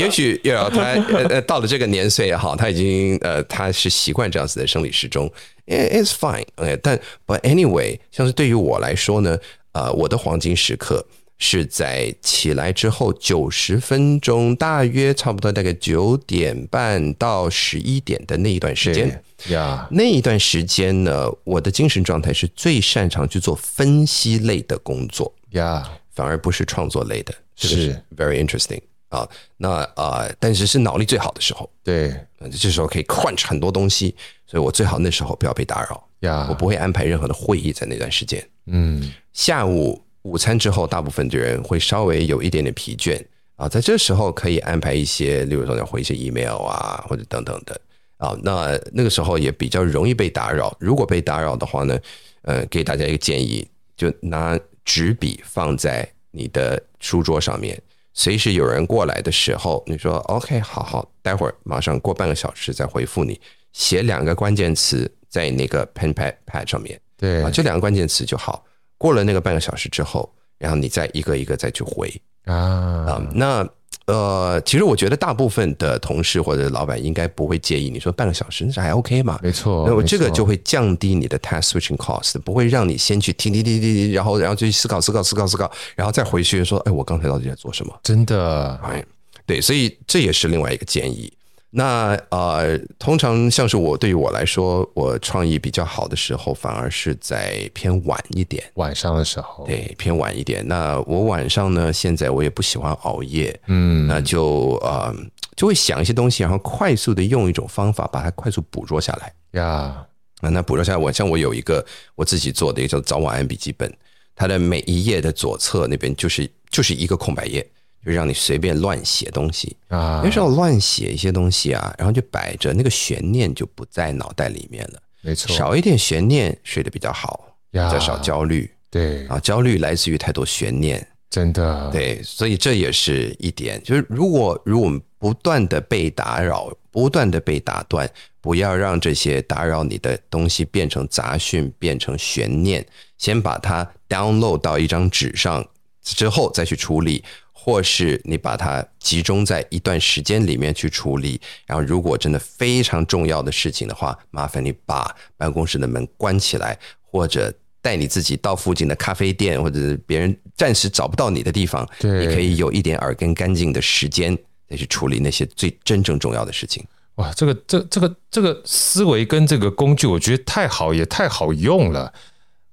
也许要他呃呃到了这个年岁也好，他已经呃他是习惯这样子的生理时钟，it-，it's fine，哎，但 but anyway，像是对于我来说呢，呃，我的黄金时刻。是在起来之后九十分钟，大约差不多大概九点半到十一点的那一段时间，
呀，
那一段时间呢，我的精神状态是最擅长去做分析类的工作。
呀，
反而不是创作类的，这个
是
very interesting 啊。那啊、呃但是是脑力最好的时候，
对
呃这时候可以 crunch 很多东西，所以我最好那时候不要被打扰，
呀
我，不会安排任何的会议在那段时间。
嗯，
下午午餐之后，大部分的人会稍微有一点点疲倦啊，在这时候可以安排一些，例如说要回一些 email 啊，或者等等的啊。那那个时候也比较容易被打扰。如果被打扰的话呢，呃，给大家一个建议，就拿纸笔放在你的书桌上面。随时有人过来的时候，你说 OK，好好，待会儿马上过半个小时再回复你，写两个关键词在那个 pen pad pad 上面，
对
啊，这两个关键词就好。过了那个半个小时之后，然后你再一个一个再去回啊、
啊，
那呃，其实我觉得大部分的同事或者老板应该不会介意你说半个小时，那是还 OK 嘛？
没错，
那我这个就
会
会降低你的 task switching cost，不会让你先去听听听听听，然后然后就去思考思考思考思考，然后再回去说，哎，我刚才到底在做什么？
真的
哎，对，所以这也是另外一个建议。那呃，通常像是我对于我来说，我创意比较好的时候，反而是在偏晚一点。
晚上的时候，
对，偏晚一点。那我晚上呢，现在我也不喜欢熬夜，
嗯，
那就呃就会想一些东西，然后快速的用一种方法把它快速捕捉下来。
呀，
那那捕捉下来，我像我有一个我自己做的一个叫早晚安笔记本，它的每一页的左侧那边就是就是一个空白页，就让你随便乱写东西。
啊
有时候乱写一些东西啊，然后就摆着，那个悬念就不在脑袋里面了。
没错，啊
少一点悬念，睡得比较好，
呀
比较少焦虑
对，
啊。焦虑来自于太多悬念，
真的，
对，所以这也是一点。就是如果如果我们不断的被打扰，不断的被打断，不要让这些打扰你的东西变成杂讯，变成悬念，先把它 download 到一张纸上之后再去处理。或是你把它集中在一段时间里面去处理，然后如果真的非常重要的事情的话，麻烦你把办公室的门关起来，或者带你自己到附近的咖啡店，或者是别人暂时找不到你的地方，
对
你可以有一点耳根干净的时间再去处理那些最真正重要的事情。
哇，这个这这个这个思维跟这个工具，我觉得太好也太好用了。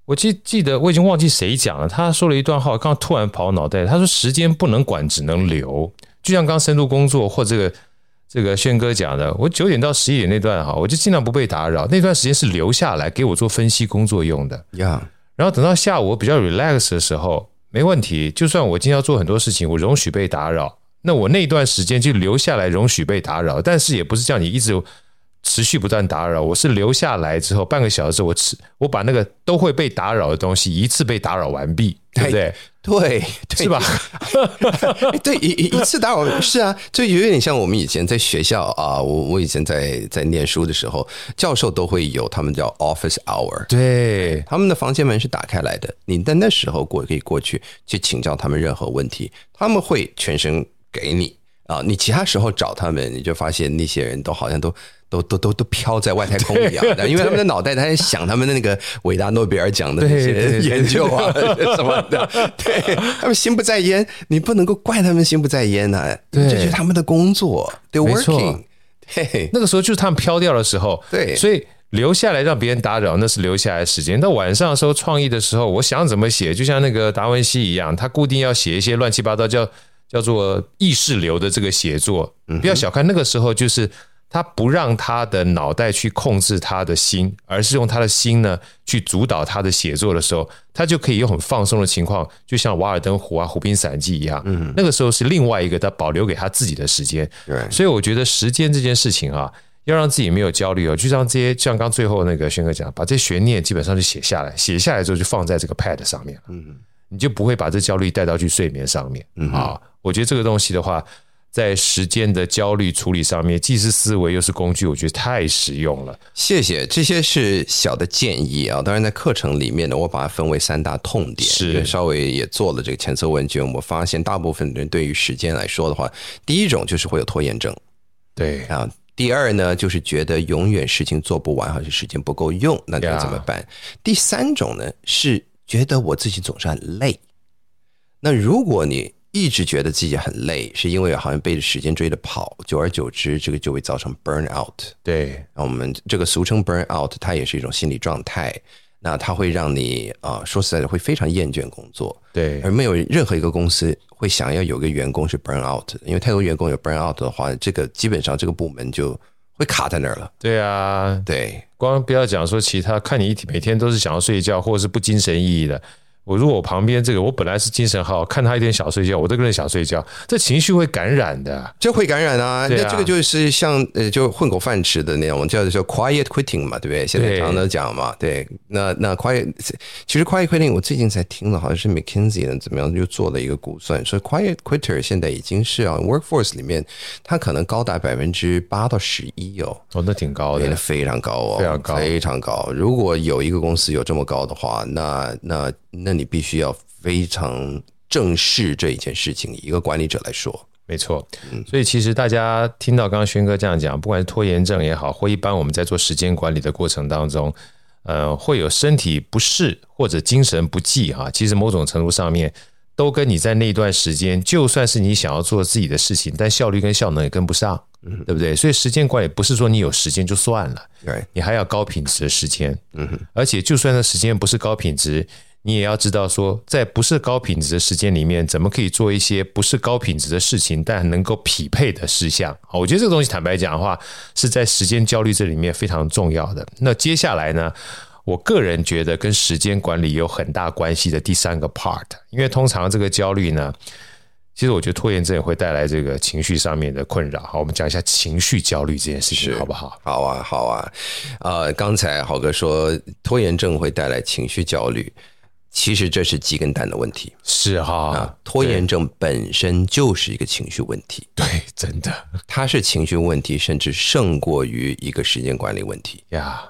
我记记得我已经忘记谁讲了，他说了一段话，刚刚突然跑脑袋。他说时间不能管，只能留。就像刚深度工作或这个这个轩哥讲的，我九点到十一点那段哈，我就尽量不被打扰，那段时间是留下来给我做分析工作用的。
呀、
然后等到下午我比较 relax 的时候，没问题。就算我今天要做很多事情，我容许被打扰，那我那段时间就留下来容许被打扰。但是也不是叫你一直持续不断打扰，我是留下来之后半个小时之后，我吃我把那个都会被打扰的东西一次被打扰完毕，对不对？
对，对
是吧？
对，一一一次打扰是啊，就有点像我们以前在学校啊，我我以前在在念书的时候，教授都会有他们叫 office hour，
对，
他们的房间门是打开来的，你在那时候过可以过去去请教他们任何问题，他们会全身给你啊。你其他时候找他们，你就发现那些人都好像都。都都都都飘在外太空一样，因为他们的脑袋他在想他们的那个伟大诺贝尔奖的那
对对
些
对
研究啊什么的，对他们心不在焉，你不能够怪他们心不在焉呐、
对
这是他们的工作，they
没错
working，对
那个时候就是他们飘掉的时候，
对
所以留下来让别人打扰，那是留下来的时间。到晚上的时候，创意的时候，我想怎么写，就像那个达文西一样，他固定要写一些乱七八糟叫叫做意识流的这个写作。不要小看那个时候，就是他不让他的脑袋去控制他的心，而是用他的心呢去主导他的写作的时候，他就可以用很放松的情况，就像《瓦尔登湖》啊，《湖滨散记》一样。嗯，那个时候是另外一个他保留给他自己的时间。
对
所以我觉得时间这件事情啊，要让自己没有焦虑哦，就像这些，像刚最后那个轩哥讲，把这些悬念基本上就写下来，写下来之后就放在这个 pad 上面了，嗯，你就不会把这焦虑带到去睡眠上面，嗯啊，我觉得这个东西的话，在时间的焦虑处理上面，既是思维又是工具，我觉得太实用了，
谢谢，这些是小的建议啊。当然，在课程里面呢，我把它分为三大痛点，
是
因为稍微也做了这个前测问卷，我发现大部分人对于时间来说的话，第一种就是会有拖延症
对，
啊。第二呢，就是觉得永远事情做不完，还是时间不够用，那该怎么办第三种呢，是觉得我自己总是很累。那如果你一直觉得自己很累，是因为好像被时间追着跑，久而久之，这个就会造成 burn out。
对，
那我们这个俗称 burn out，它也是一种心理状态。那它会让你啊、呃说实在的，会非常厌倦工作，
对
而，没有任何一个公司会想要有个员工是 burn out，的因为太多员工有 burn out 的话，这个基本上这个部门就会卡在那儿了。
对啊，
对，
光不要讲说其他，看你一每天都是想要睡觉或者是不精神奕奕的。我如果我旁边这个，我本来是精神好，看他一点想睡觉，我都跟着想睡觉，这情绪会感染的。
这会感染啊。
对啊
那这个就是像呃，就混口饭吃的那种，我们叫做 quiet quitting 嘛，对不对？现在
对
常常讲嘛，对。那那 quiet，其实 quiet quitting 我最近才听了，好像是 McKinsey 的怎么样就做了一个估算，说 quiet quitter 现在已经是啊 workforce 里面，它可能高达百分之八到十一哦。
哦，那挺高
变
的
得。非常高哦，
非常高
非常高。如果有一个公司有这么高的话，那那那你必须要非常正视这一件事情。以一个管理者来说，
没错，所以其实大家听到刚刚轩哥这样讲，不管是拖延症也好，或一般我们在做时间管理的过程当中，呃，会有身体不适或者精神不济哈、其实某种程度上面，都跟你在那段时间，就算是你想要做自己的事情，但效率跟效能也跟不上，对不对？所以时间管理不是说你有时间就算了，
对，
你还要高品质的时间。嗯哼，而且就算那时间不是高品质，你也要知道说，在不是高品质的时间里面，怎么可以做一些不是高品质的事情，但能够匹配的事项。好，我觉得这个东西坦白讲的话，是在时间焦虑这里面非常重要的。那接下来呢？我个人觉得跟时间管理有很大关系的第三个 part，因为通常这个焦虑呢，其实我觉得拖延症也会带来这个情绪上面的困扰。好，我们讲一下情绪焦虑这件事情，好不好？
好啊，好啊，呃，刚才豪哥说拖延症会带来情绪焦虑，其实这是鸡跟蛋的问题
是哈
啊，。拖延症本身就是一个情绪问题，
对，真的
它是情绪问题，甚至胜过于一个时间管理问题。
呀，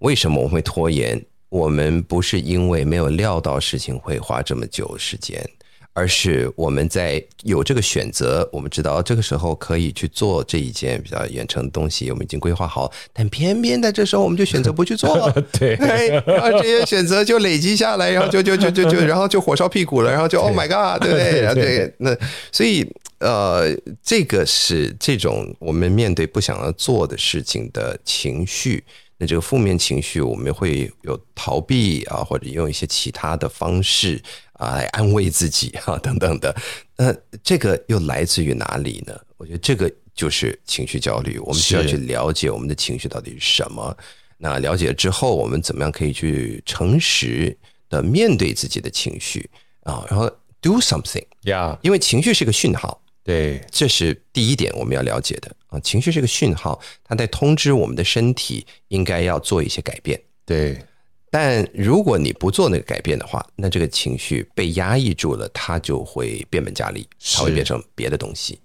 为什么我们会拖延？我们不是因为没有料到事情会花这么久时间，而是我们在有这个选择，我们知道这个时候可以去做这一件比较远程的东西，我们已经规划好，但偏偏在这时候我们就选择不去做了。
对
对，然后哎这些选择就累积下来，然后就就就就就， 然后就火烧屁股了，然后就 Oh my God，对不对？然后 对，那所以呃，这个是这种我们面对不想要做的事情的情绪。那这个负面情绪，我们会有逃避啊，或者用一些其他的方式啊来安慰自己 啊等等的。那这个又来自于哪里呢？我觉得这个就是情绪焦虑，我们需要
是
去了解我们的情绪到底是什么。那了解之后，我们怎么样可以去诚实的面对自己的情绪啊，然后 do something，
呀，
因为情绪是个讯号，
对，
这是第一点我们要了解的啊。情绪是个讯号，它在通知我们的身体应该要做一些改变。
对，
但如果你不做那个改变的话，那这个情绪被压抑住了，它就会变本加厉，
是
它会变成别的东西。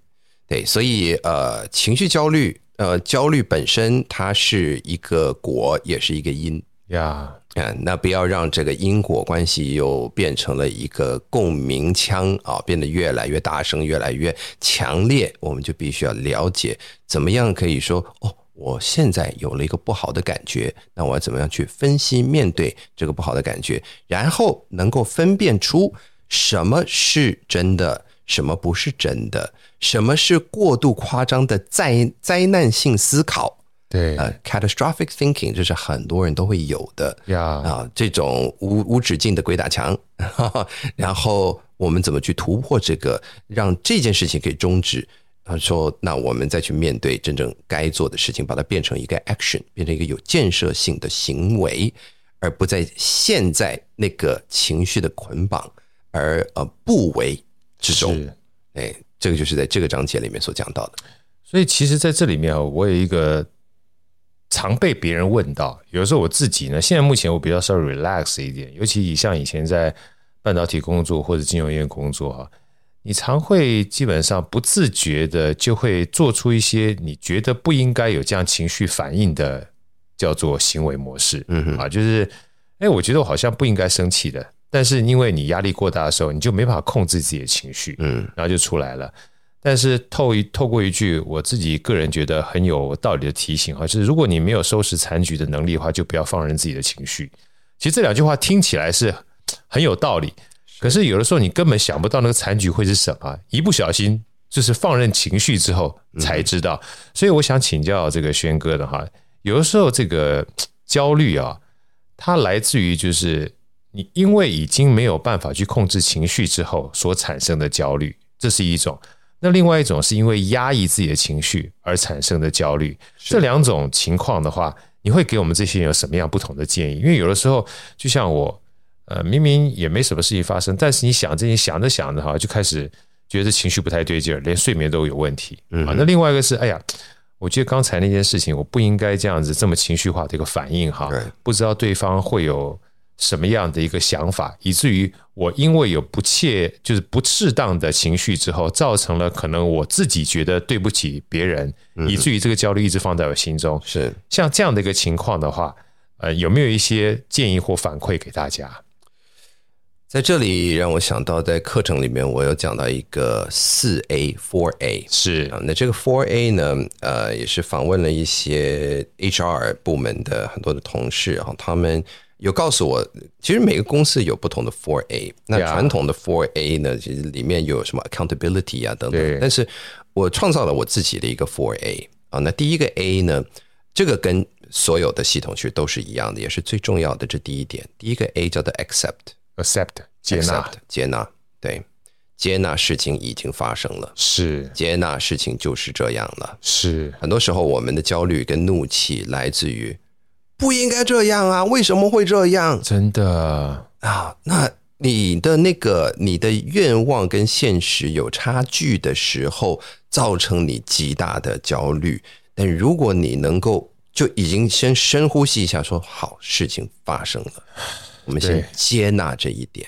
对，所以呃，情绪焦虑，呃，焦虑本身它是一个果，也是一个因。
呀，
啊，那不要让这个因果关系又变成了一个共鸣腔啊，变得越来越大声，越来越强烈。我们就必须要了解，怎么样可以说哦，我现在有了一个不好的感觉，那我要怎么样去分析面对这个不好的感觉，然后能够分辨出什么是真的，什么不是真的，什么是过度夸张的灾灾难性思考。
对，
呃，catastrophic thinking，这是很多人都会有的。
呀，
啊，这种无无止境的鬼打墙， 然后我们怎么去突破这个，让这件事情可以终止？啊，说那我们再去面对真正该做的事情，把它变成一个 action，变成一个有建设性的行为，而不在陷在那个情绪的捆绑而呃不为之中。
是。
哎，这个就是在这个章节里面所讲到的。
所以其实，在这里面啊，我有一个常被别人问到，有的时候我自己呢，现在目前我比较稍微 relax 一点，尤其像以前在半导体工作或者金融业工作哈、你常会基本上不自觉的就会做出一些你觉得不应该有这样情绪反应的叫做行为模式，
嗯哼
啊，就是哎，我觉得我好像不应该生气的，但是因为你压力过大的时候，你就没办法控制自己的情绪，
嗯
然后就出来了。但是透一透过一句我自己个人觉得很有道理的提醒哈，就是如果你没有收拾残局的能力的话，就不要放任自己的情绪。其实这两句话听起来是很有道理，可是有的时候你根本想不到那个残局会是什么，啊一不小心就是放任情绪之后
嗯
才知道。所以我想请教这个轩哥的哈，有的时候这个焦虑啊，它来自于就是你因为已经没有办法去控制情绪之后所产生的焦虑，这是一种。那另外一种是因为压抑自己的情绪而产生的焦虑，这两种情况的话，你会给我们这些人有什么样不同的建议？因为有的时候，就像我，呃，明明也没什么事情发生，但是你想这些想着想着哈，就开始觉得情绪不太对劲儿，连睡眠都有问题。
嗯
啊，那另外一个是，哎呀，我觉得刚才那件事情，我不应该这样子这么情绪化的一个反应哈
对，
不知道对方会有什么样的一个想法，以至于我因为有不切就是不适当的情绪之后，造成了可能我自己觉得对不起别人，
嗯
以至于这个焦虑一直放在我心中。
是。
像这样的一个情况的话，呃，有没有一些建议或反馈给大家？
在这里让我想到，在课程里面我有讲到一个四 A、Four A，
是
啊，那这个 Four A 呢，呃，也是访问了一些 HR 部门的很多的同事啊，他们有告诉我，其实每个公司有不同的 Four A。那
Yeah
传统的 Four A 呢，其实里面有什么 accountability 啊等
对
等，但是我创造了我自己的一个 Four A 啊。那第一个 A 呢，这个跟所有的系统其实都是一样的，也是最重要的，这第一点。第一个 A 叫做 accept，
accept 接纳
accept，接纳，对，接纳事情已经发生了。
是
接纳事情就是这样了，
是
很多时候，我们的焦虑跟怒气来自于不应该这样啊，为什么会这样
真的
啊？那你的那个你的愿望跟现实有差距的时候，造成你极大的焦虑。但如果你能够就已经先深呼吸一下说，好，事情发生了，我们先
对
接纳这一点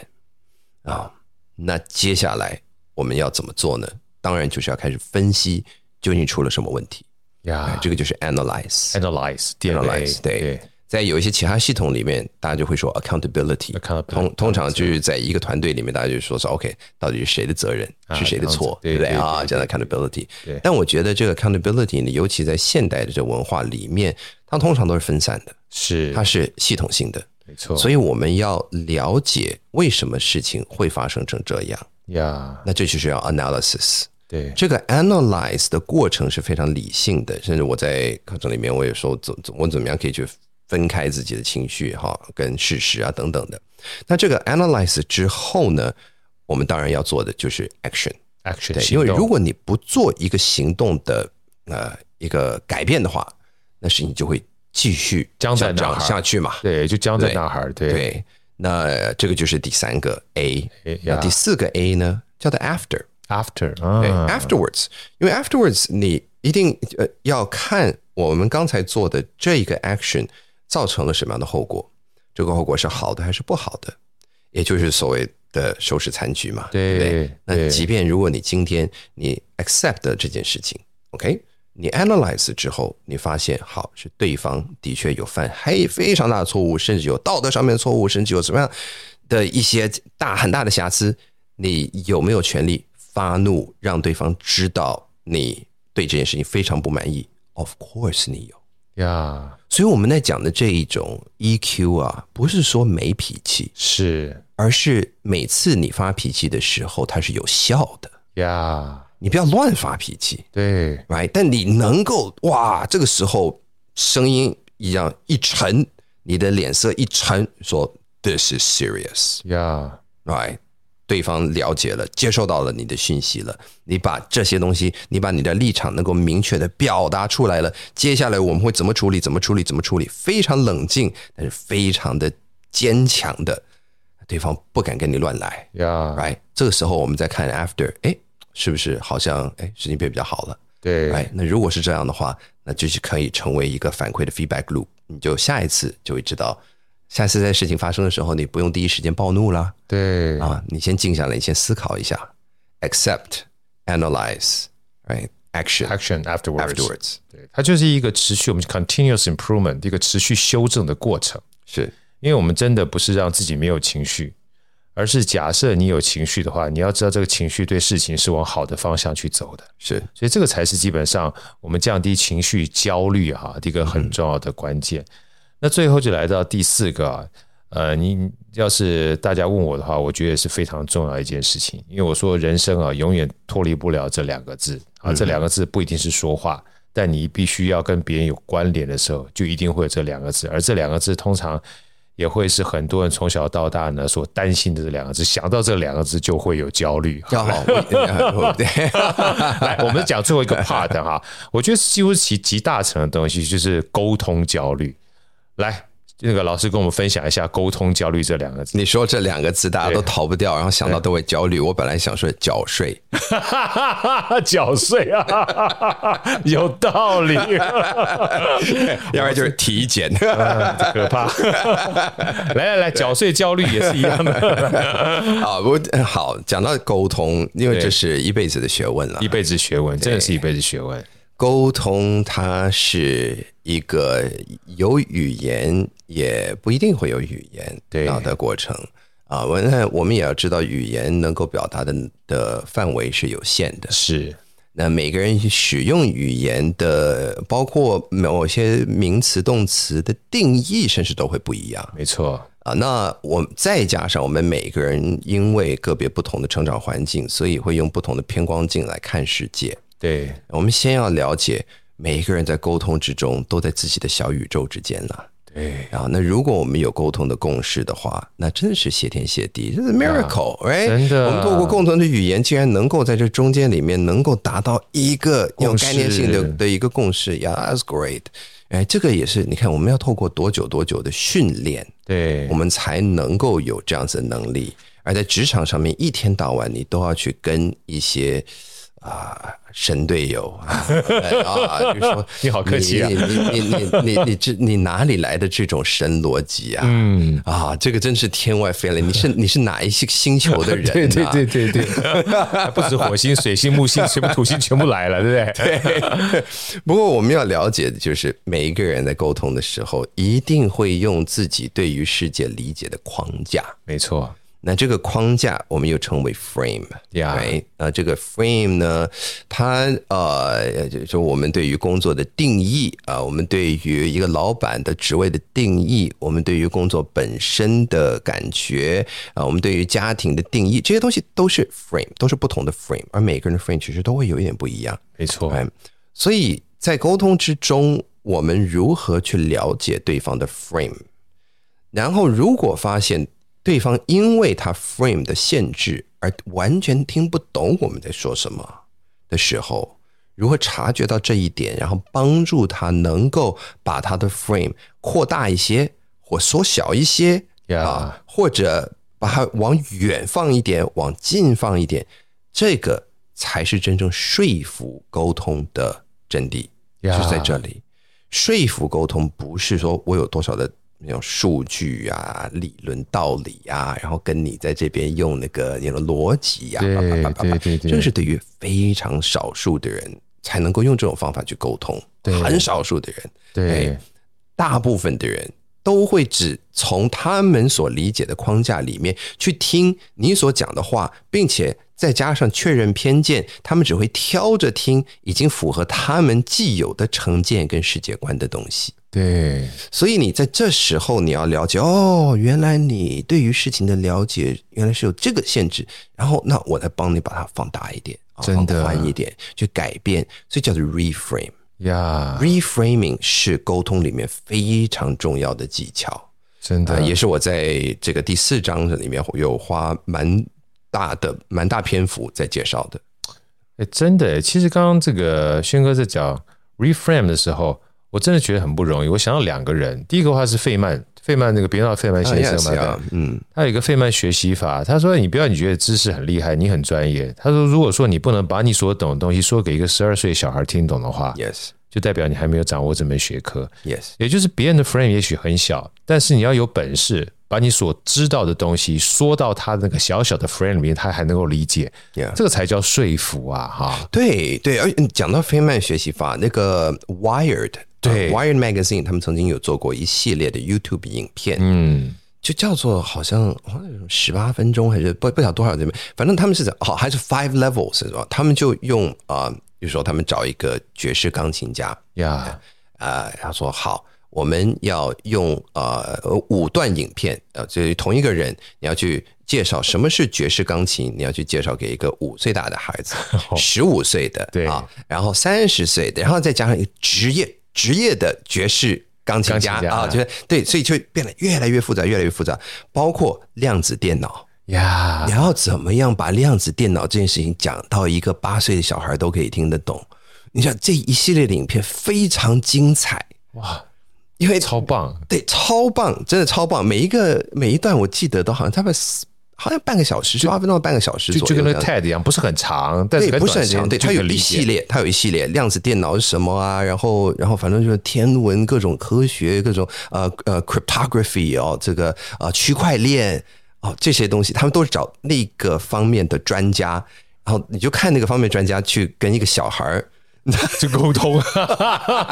啊。那接下来我们要怎么做呢？当然就是要开始分析究竟出了什么问题。哎
呀
这个就是 analyze。
哎，analyze DNA，
analyze，对
对
在有一些其他系统里面，大家就会说 accountability。
Accountability，
通通常就是在一个团队里面，大家就说说 OK，到底是谁的责任，是谁的错，
啊这样子对
对不对
对对
啊？
对
叫 accountability
对。
但我觉得这个 accountability 呢，尤其在现代的这文化里面，它通常都是分散的，
是
它是系统性的。
没错，
所以我们要了解为什么事情会发生成这样，
以呀，
那这就是要 analysis。
对
这个 analyze 的过程是非常理性的，甚至我在课程里面我也说怎怎我怎么样可以去分开自己的情绪哈跟事实啊等等的。那这个 analyze 之后呢，我们当然要做的就是 action，
，action，
对，
行
因为
动
如果你不做一个行动的呃一个改变的话，那是你就会继续
僵在
像
那
这样
儿
下去嘛。
对就僵在那儿，对
对，那这个就是第三个 A，
哎
那
呀
第四个 A 呢叫做 after。
，after
对
啊，
哎，afterwards，因为 afterwards 你一定呃要看我们刚才做的这一个 action 造成了什么样的后果，这个后果是好的还是不好的，也就是所谓的收拾残局嘛，对不对
对？
那即便如果你今天你 accept 了这件事情，OK，你 analyze 之后，你发现好是对方的确有犯嘿非常大的错误，甚至有道德上面的错误，甚至有什么样的一些大很大的瑕疵，你有没有权利发怒，让对方知道你对这件事情非常不满意？Of course，你有。
呀，
所以我们在讲的这一种 EQ 啊，不是说没脾气，
是
而是每次你发脾气的时候，它是有效的。
呀，
你不要乱发脾气
对
，right？但你能够哇，这个时候声音一样一沉，你的脸色一沉，说 This is serious，right？
呀，
对方了解了，接受到了你的讯息了，你把这些东西，你把你的立场能够明确的表达出来了。接下来我们会怎么处理？怎么处理？怎么处理？非常冷静，但是非常的坚强的，对方不敢跟你乱来。
呀，
right？这个时候我们再看 after，哎，是不是好像哎事情变比较好了
对
？right？那如果是这样的话，那就是可以成为一个反馈的 feedback loop，你就下一次就会知道，下次在事情发生的时候，你不用第一时间暴怒啦，
对
啊，你先静下来，你先思考一下，accept，analyze，right？action
，action afterwards。
afterwards
对，它就是一个持续我们 continuous improvement 一个持续修正的过程。
是
因为我们真的不是让自己没有情绪，而是假设你有情绪的话，你要知道这个情绪对事情是往好的方向去走的。
是
所以这个才是基本上我们降低情绪焦虑哈、一个很重要的关键。那最后就来到第四个、啊，呃，你要是大家问我的话，我觉得是非常重要的一件事情，因为我说人生啊，永远脱离不了这两个字啊，这两个字不一定是说话。但你必须要跟别人有关联的时候，就一定会有这两个字，而这两个字通常也会是很多人从小到大呢所担心的这两个字，想到这两个字就会有焦虑。
要好，我呃对，
来，我们讲最后一个 part 哈，我觉得几乎其集大成的东西就是沟通焦虑。来，那个老师跟我们分享一下沟通焦虑这两个字。
你说这两个字大家都逃不掉，然后想到都会焦虑。我本来想说缴税，
缴税啊，有道理，
要不然就是体检。
可 怕。来来来，缴税焦虑也是一样的，
啊，我好讲到沟通，因为
对
这是一辈子的学问了
一。辈子学问，真的是一辈子学问。
沟通它是一个有语言也不一定会有语言
对
啊的过程啊。我那我们也要知道，语言能够表达的的范围是有限的。
是
那每个人使用语言的，包括某些名词、动词的定义，甚至都会不一样。
没错，
啊，那我们再加上我们每个人因为个别不同的成长环境，所以会用不同的偏光镜来看世界。
对
我们先要了解每一个人在沟通之中都在自己的小宇宙之间了。
对
啊，那如果我们有沟通的共识的话，那真是谢天谢地，这是 miracle，right？
啊真的
我们透过共同的语言，竟然能够在这中间里面能够达到一个有
共识
概念性的的一个共识，yeah，that's great。哎，这个也是，你看我们要透过多久多久的训练，
对
我，们才能够有这样子的能力。而在职场上面，一天到晚你都要去跟一些啊、神队友啊 啊，就说
你好客气啊
你你你你你你这你哪里来的这种神逻辑啊？嗯啊，这个真是天外飞来，你是 你是哪一些星球的人、啊？
对对对对对，还 不止火星、水星、木星，全部土星全部来了，对不对？对，
不过我们要了解的就是，每一个人在沟通的时候，一定会用自己对于世界理解的框架。
没错，
那这个框架我们又称为 frame，
Yeah
对，那这个 frame 呢，它呃，就就我们对于工作的定义啊、我们对于一个老板的职位的定义，我们对于工作本身的感觉啊、我们对于家庭的定义，这些东西都是 frame，都是不同的 frame，而每个人的 frame 其实都会有一点不一样。
没错，
哎，所以在沟通之中，我们如何去了解对方的 frame？然后，如果发现对方因为他 frame 的限制而完全听不懂我们在说什么的时候，如何察觉到这一点，然后帮助他能够把他的 frame 扩大一些或缩小一些
Yeah
啊，或者把它往远放一点，往近放一点，这个才是真正说服沟通的真谛
Yeah
是在这里。说服沟通不是说我有多少的那种数据啊、理论道理啊，然后跟你在这边用那个那种逻辑呀、啊，
对
叭叭叭叭叭
对对对
这是对于非常少数的人才能够用这种方法去沟通，
对
很少数的人，
对
哎，大部分的人都会只从他们所理解的框架里面去听你所讲的话，并且再加上确认偏见，他们只会挑着听已经符合他们既有的成见跟世界观的东西。
对，
所以你在这时候你要了解哦，原来你对于事情的了解原来是有这个限制，然后那我来帮你把它放大一点，啊
真的
放宽一点，去改变，所以叫做 reframe。
呀，
reframing 是沟通里面非常重要的技巧，
真
啊，
的
也是我在这个第四章里面有花蛮大的蛮大篇幅在介绍的。
哎，真的耶，其实刚刚这个轩哥在讲 reframe 的时候，我真的觉得很不容易。我想到两个人，第一个话是费曼，费曼那个别闹费曼先生嘛，
啊
对
yes，yeah，嗯，
他有一个费曼学习法，他说你不要你觉得知识很厉害，你很专业。他说如果说你不能把你所懂的东西说给一个十二岁小孩听懂的话，
，yes
就代表你还没有掌握这门学科。
yes，
也就是别人的 frame 也许很小，但是你要有本事把你所知道的东西说到他那个小小的 frame 里面，他还能够理解
Yeah
这个才叫说服啊！哈，
对对，而且讲到费曼学习法，那个 Wired
对
啊 Wired Magazine 他们曾经有做过一系列的 YouTube 影片，
嗯，
就叫做好像好像十八分钟还是不不晓得多少这边，反正他们是讲哦还是 Five Levels 是吧？他们就用啊、呃，比如说他们找一个爵士钢琴家，
呀，
呃，他说好，我们要用呃五段影片，呃，就是同一个人，你要去介绍什么是爵士钢琴，你要去介绍给一个五岁大的孩 子，十五岁的，
哦对
啊，然后三十岁的，然后再加上一个职业职业的爵士。钢琴家
钢琴家
啊，就是对，所以就变得越来越复杂，越来越复杂，包括量子电脑，
呀，
你要怎么样把量子电脑这件事情讲到一个八岁的小孩都可以听得懂？你想这一系列的影片非常精彩，
哇，
因为
超棒！
对超棒，真的超棒。每一个每一段我记得都好像差不多四好像半个小时，十八分钟到半个小时
就
左右
就跟那个
这样
TED 一样，不是很长，但是
对，
很
不是
短
很
时
长，
间
对，
就
它
可
有
以理
一系
解。
列，它有一系列量子电脑是什么啊，然后然后反正就是天文各种科学各种呃呃 cryptography 哦，这个呃区块链哦这些东西，他们都是找那个方面的专家，然后你就看那个方面专家去跟一个小孩儿。
就沟通，啊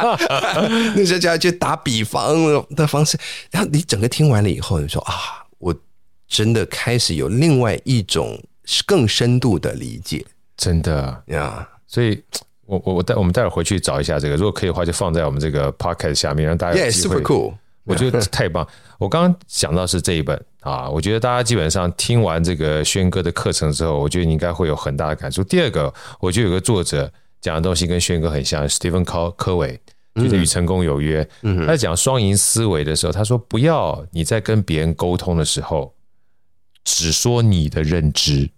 那时候就要去打比方的方式，然后你整个听完了以后，你说啊，我真的开始有另外一种更深度的理解 啊
真的。
呀。
所以，我我我待我们待会儿回去找一下这个，如果可以的话，就放在我们这个 podcast 下面，让大家有
Yeah,
机会
哎 super cool.
我觉得太棒！我刚刚想到是这一本啊，我觉得大家基本上听完这个轩哥的课程之后，我觉得你应该会有很大的感触。第二个，我觉得有个作者讲的东西跟轩哥很像，Stephen 科科维，就是《与成功有约》他在讲双赢思维的时候，他说不要你在跟别人沟通的时候，只说你的认知，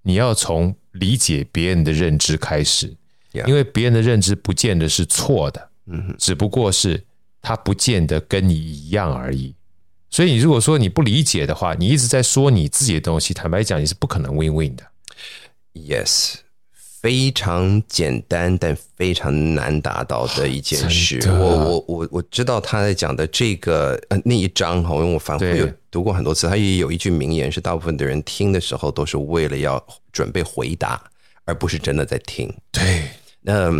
你要从理解别人的认知开始，
Yeah
因为别人的认知不见得是
嗯
错的。只不过是他不见得跟你一样而已，所以你如果说你不理解的话，你一直在说你自己的东西，坦白讲，你是不可能 win win 的。
Yes，非常简单但非常难达到的一件事。
真的
我我我我知道他在讲的这个呃那一章哈，因为我反复
对
有读过很多次，他也有一句名言是大部分的人听的时候都是为了要准备回答，而不是真的在听。
对，
那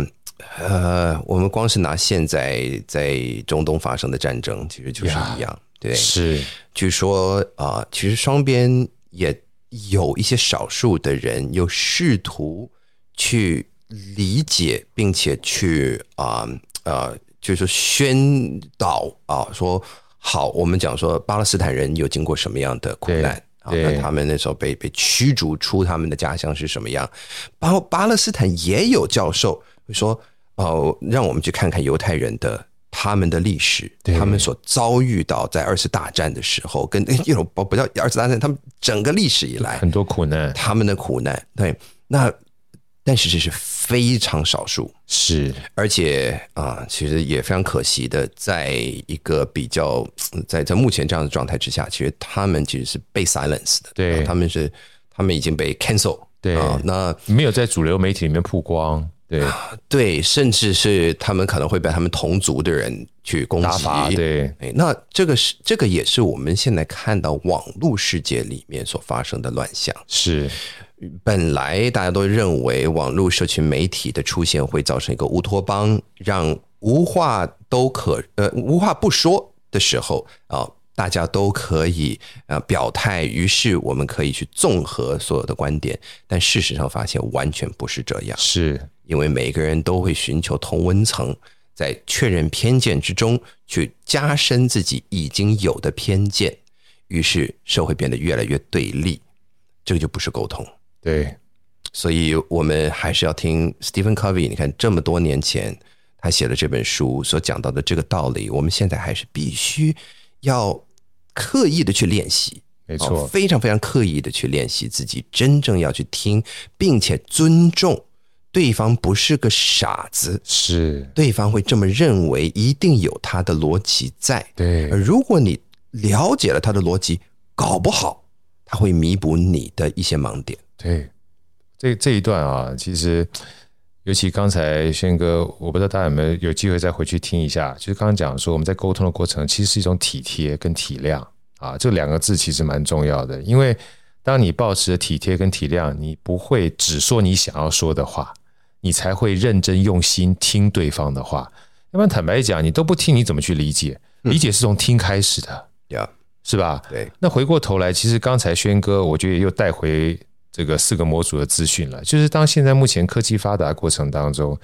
呃，我们光是拿现在在中东发生的战争，其实就是一样。对，
是，
据说啊、其实双边也有一些少数的人有试图去理解，并且去啊呃就是宣导啊、说好，我们讲说巴勒斯坦人有经过什么样的苦难啊，
对
那他们那时候被被驱逐出他们的家乡是什么样？巴巴勒斯坦也有教授说，哦、让我们去看看犹太人的。他们的历史，他们所遭遇到在二次大战的时候，跟 一种不不叫二次大战，他们整个历史以来，
很多苦难，
他们的苦难，对，那但是这是非常少数，
是
而且啊、其实也非常可惜的，在一个比较嗯在在目前这样的状态之下，其实他们其实是被 silence 的，
对
啊他们是他们已经被 cancel，
对
啊，那
没有在主流媒体里面曝光，对，
对，甚至是他们可能会被他们同族的人去攻
打
击，
法，对，
哎，那这个是这个也是我们现在看到网络世界里面所发生的乱象。嗯
是
本来大家都认为网络社群媒体的出现会造成一个乌托邦，让无话都可呃无话不说的时候啊、大家都可以呃表态，于是我们可以去综合所有的观点。但事实上发现完全不是这样，
是，
因为每个人都会寻求同温层，在确认偏见之中去加深自己已经有的偏见，于是社会变得越来越对立，这个就不是沟通。
对，
所以我们还是要听 Stephen Covey。你看，这么多年前他写的这本书所讲到的这个道理，我们现在还是必须要刻意的去练习，
没
没
错，
哦非常非常刻意的去练习自己真正要去听，并且尊重对方不是个傻子，
是，
对方会这么认为，一定有他的逻辑在。
对
而，如果你了解了他的逻辑，搞不好他会弥补你的一些盲点。
对，这这一段啊，其实尤其刚才轩哥，我不知道大家有没有有机会再回去听一下。就是刚刚讲说，我们在沟通的过程，其实是一种体贴跟体谅啊，这两个字其实蛮重要的。因为当你保持着体贴跟体谅，你不会只说你想要说的话，你才会认真用心听对方的话。要不然坦白讲，你都不听，你怎么去理解？理解是从听开始的，
Yeah，
是吧？
啊对。
那回过头来，其实刚才轩哥，我觉得又带回这个四个模组的资讯了，就是当现在目前科技发达过程当中，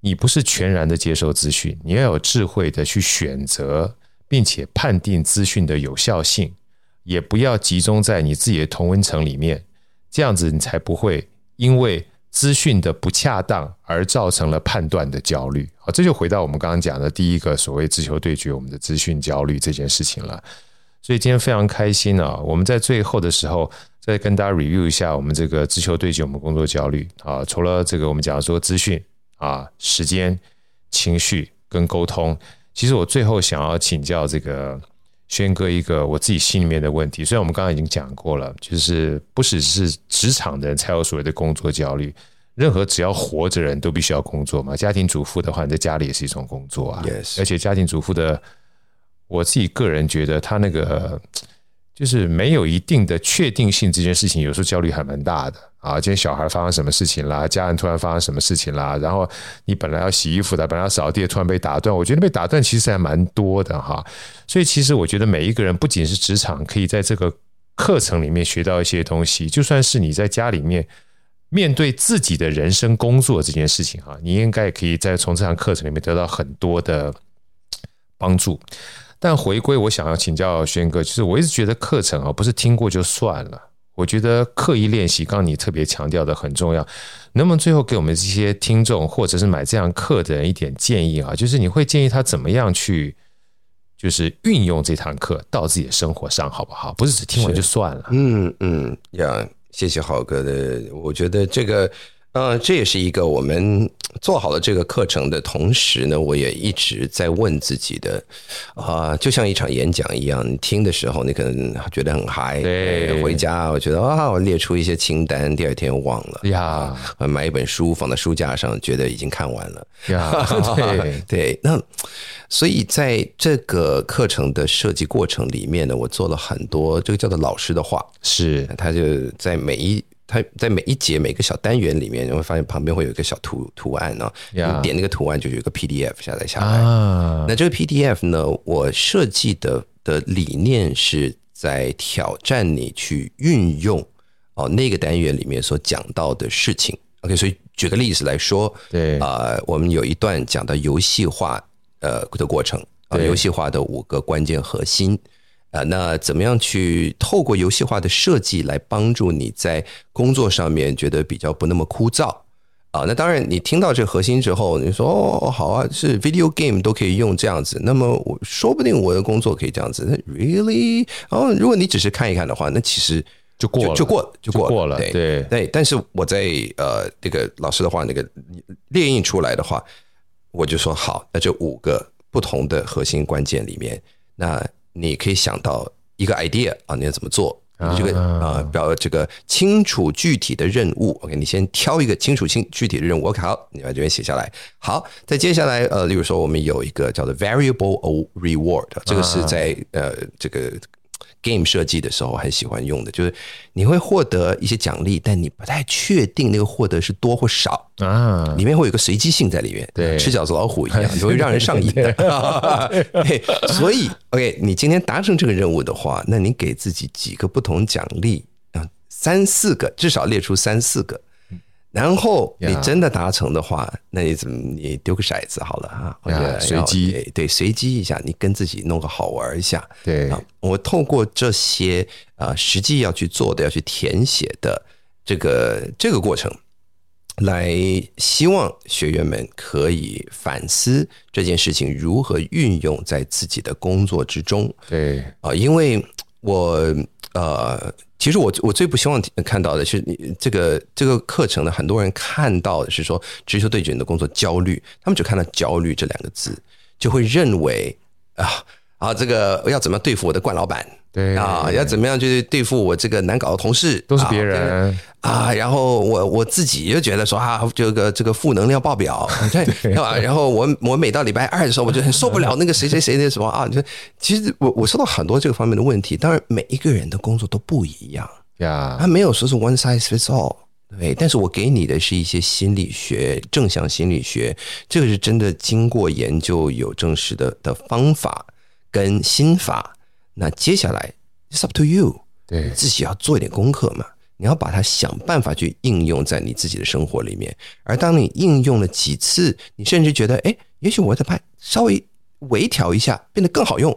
你不是全然的接受资讯，你要有智慧的去选择，并且判定资讯的有效性，也不要集中在你自己的同温层里面，这样子你才不会因为资讯的不恰当而造成了判断的焦虑。好，这就回到我们刚刚讲的第一个所谓自求对决，我们的资讯焦虑这件事情了。所以今天非常开心啊！我们在最后的时候再跟大家 review 一下我们这个知球对决，我们工作焦虑啊，除了这个我们讲说资讯啊、时间、情绪跟沟通，其实我最后想要请教这个轩哥一个我自己心里面的问题。虽然我们刚刚已经讲过了，就是不只是职场的人才有所谓的工作焦虑，任何只要活着人都必须要工作嘛。家庭主妇的话，你在家里也是一种工作啊
Yes
而且家庭主妇的，我自己个人觉得他那个。就是没有一定的确定性，这件事情有时候焦虑还蛮大的啊。今天小孩发生什么事情啦，家人突然发生什么事情啦，然后你本来要洗衣服的，本来要扫地，突然被打断，我觉得被打断其实还蛮多的哈。所以其实我觉得每一个人不仅是职场，可以在这个课程里面学到一些东西，就算是你在家里面。面对自己的人生、工作这件事情哈，你应该也可以在从这堂课程里面得到很多的帮助。但回归，我想要请教轩哥，就是我一直觉得课程啊，不是听过就算了。我觉得刻意练习，刚刚你特别强调的很重要。能不能最后给我们这些听众或者是买这堂课的人一点建议啊？就是你会建议他怎么样去，就是运用这堂课到自己的生活上，好不好？不是只听完就算了。
嗯嗯呀，谢谢好哥的，我觉得这个呃，这也是一个我们做好了这个课程的同时呢，我也一直在问自己的，啊、就像一场演讲一样，你听的时候你可能觉得很嗨，哎
对
回家我觉得啊，我列出一些清单，第二天忘了。
呀
呃买一本书放在书架上，觉得已经看完了。
呀，
对对，那所以在这个课程的设计过程里面呢，我做了很多这个叫做老师的话，
是
他就在每一。他在每一节每个小单元里面，你会发现旁边会有一个小图图案呢、
呀
你点那个图案就有一个 PDF 下载下来。
啊，
那这个 PDF 呢，我设计的的理念是在挑战你去运用哦那个单元里面所讲到的事情。OK，所以举个例子来说，
对
啊，我们有一段讲到游戏化呃的过程，啊、
对
游戏化的五个关键核心。啊，那怎么样去透过游戏化的设计来帮助你在工作上面觉得比较不那么枯燥？啊，那当然，你听到这个核心之后，你说哦，好啊，是 video game 都可以用这样子，那么我说不定我的工作可以这样子。那 really？哦，如果你只是看一看的话，那其实
就过了
就过了，就过
就过了
对
对
对，但是我在呃这个老师的话，那个列印出来的话，我就说好，那这五个不同的核心关键里面，那你可以想到一个 idea 啊，你要怎么做？你这个啊、呃，表这个清楚具体的任务，OK，你先挑一个清楚清具体的任务，OK，好，你把这边写下来。好，再接下来，呃，例如说我们有一个叫做 variable o reward，这啊个是在、呃这个 game 设计的时候很喜欢用的，就是你会获得一些奖励，但你不太确定那个获得是多或少。
啊，
里面会有一个随机性在里面，
对
吃饺子老虎 一样，就会让人上瘾的。 对，所以 OK，你今天达成这个任务的话，那你给自己几个不同奖励啊，三四个，至少列出三四个。然后你
嗯呀
真的达成的话，那你怎么你丢个骰子好了啊？我觉
呀
得要
随机
对对，随机一下，你跟自己弄个好玩一下。
对
啊，我透过这些啊实际要去做的、要去填写的这个这个过程，来希望学员们可以反思这件事情如何运用在自己的工作之中
对
啊、因为我呃，其实我我最不希望看到的是你这个这个课程呢，很多人看到的是说直球对决你的工作焦虑，他们只看到焦虑这两个字，就会认为啊啊这个要怎么对付我的惯老板。
对
啊，要怎么样去对付我这个难搞的同事？
都是
啊
别
这个
人，
啊，然后我我自己就觉得说啊，这个这个负能量爆表，对，对吧？然后我我每到礼拜二的时候，我就很受不了那个谁谁谁那什么啊，就其实我我受到很多这个方面的问题。当然，每一个人的工作都不一样，
呀
它没有说是 one size fits all。对，但是我给你的是一些心理学、正向心理学，这个是真的经过研究有证实的的方法跟心法。那接下来，it's up to you。
对
自己要做一点功课嘛，你要把它想办法去应用在你自己的生活里面。而当你应用了几次，你甚至觉得，哎，也许我再把它稍微微调一下，变得更好用，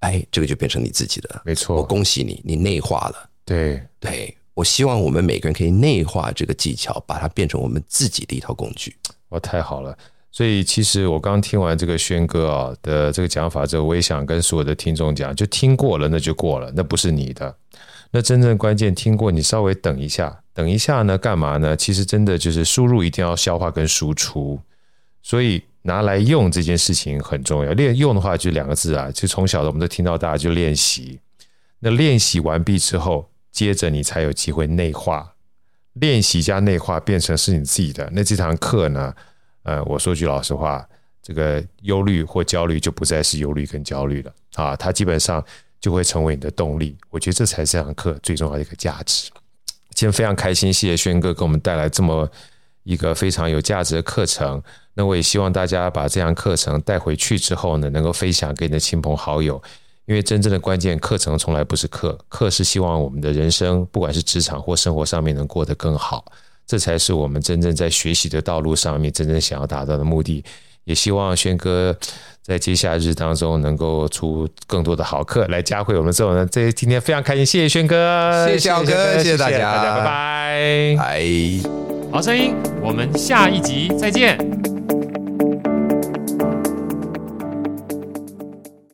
哎，这个就变成你自己的了。
没
我
错，
恭喜你，你内化了。
对
对我希望我们每个人可以内化这个技巧，把它变成我们自己的一套工具。
哇，太好了！所以其实我刚听完这个轩哥啊、的这个讲法之后，我也想跟所有的听众讲，就听过了那就过了，那不是你的。那真正关键，听过你稍微等一下，等一下呢，干嘛呢？其实真的就是输入一定要消化跟输出，所以拿来用这件事情很重要。练用的话就两个字啊，就从小的我们都听到大，就练习。那练习完毕之后，接着你才有机会内化，练习加内化变成是你自己的。那这堂课呢，呃，我说句老实话，这个忧虑或焦虑就不再是忧虑跟焦虑了啊，它基本上就会成为你的动力。我觉得这才是这堂课最重要的一个价值。今天非常开心，谢谢轩哥给我们带来这么一个非常有价值的课程。那我也希望大家把这堂课程带回去之后呢，能够分享给你的亲朋好友，因为真正的关键课程从来不是课，课是希望我们的人生，不管是职场或生活上面能过得更好。这才是我们真正在学习的道路上面真正想要达到的目的。也希望轩哥在接下来日当中能够出更多的好课来加惠我们这种人。这今天非常开心，谢谢轩哥，
谢谢小哥
轩
谢谢大家
大家，拜拜。
哎。
好声音，我们下一集再见。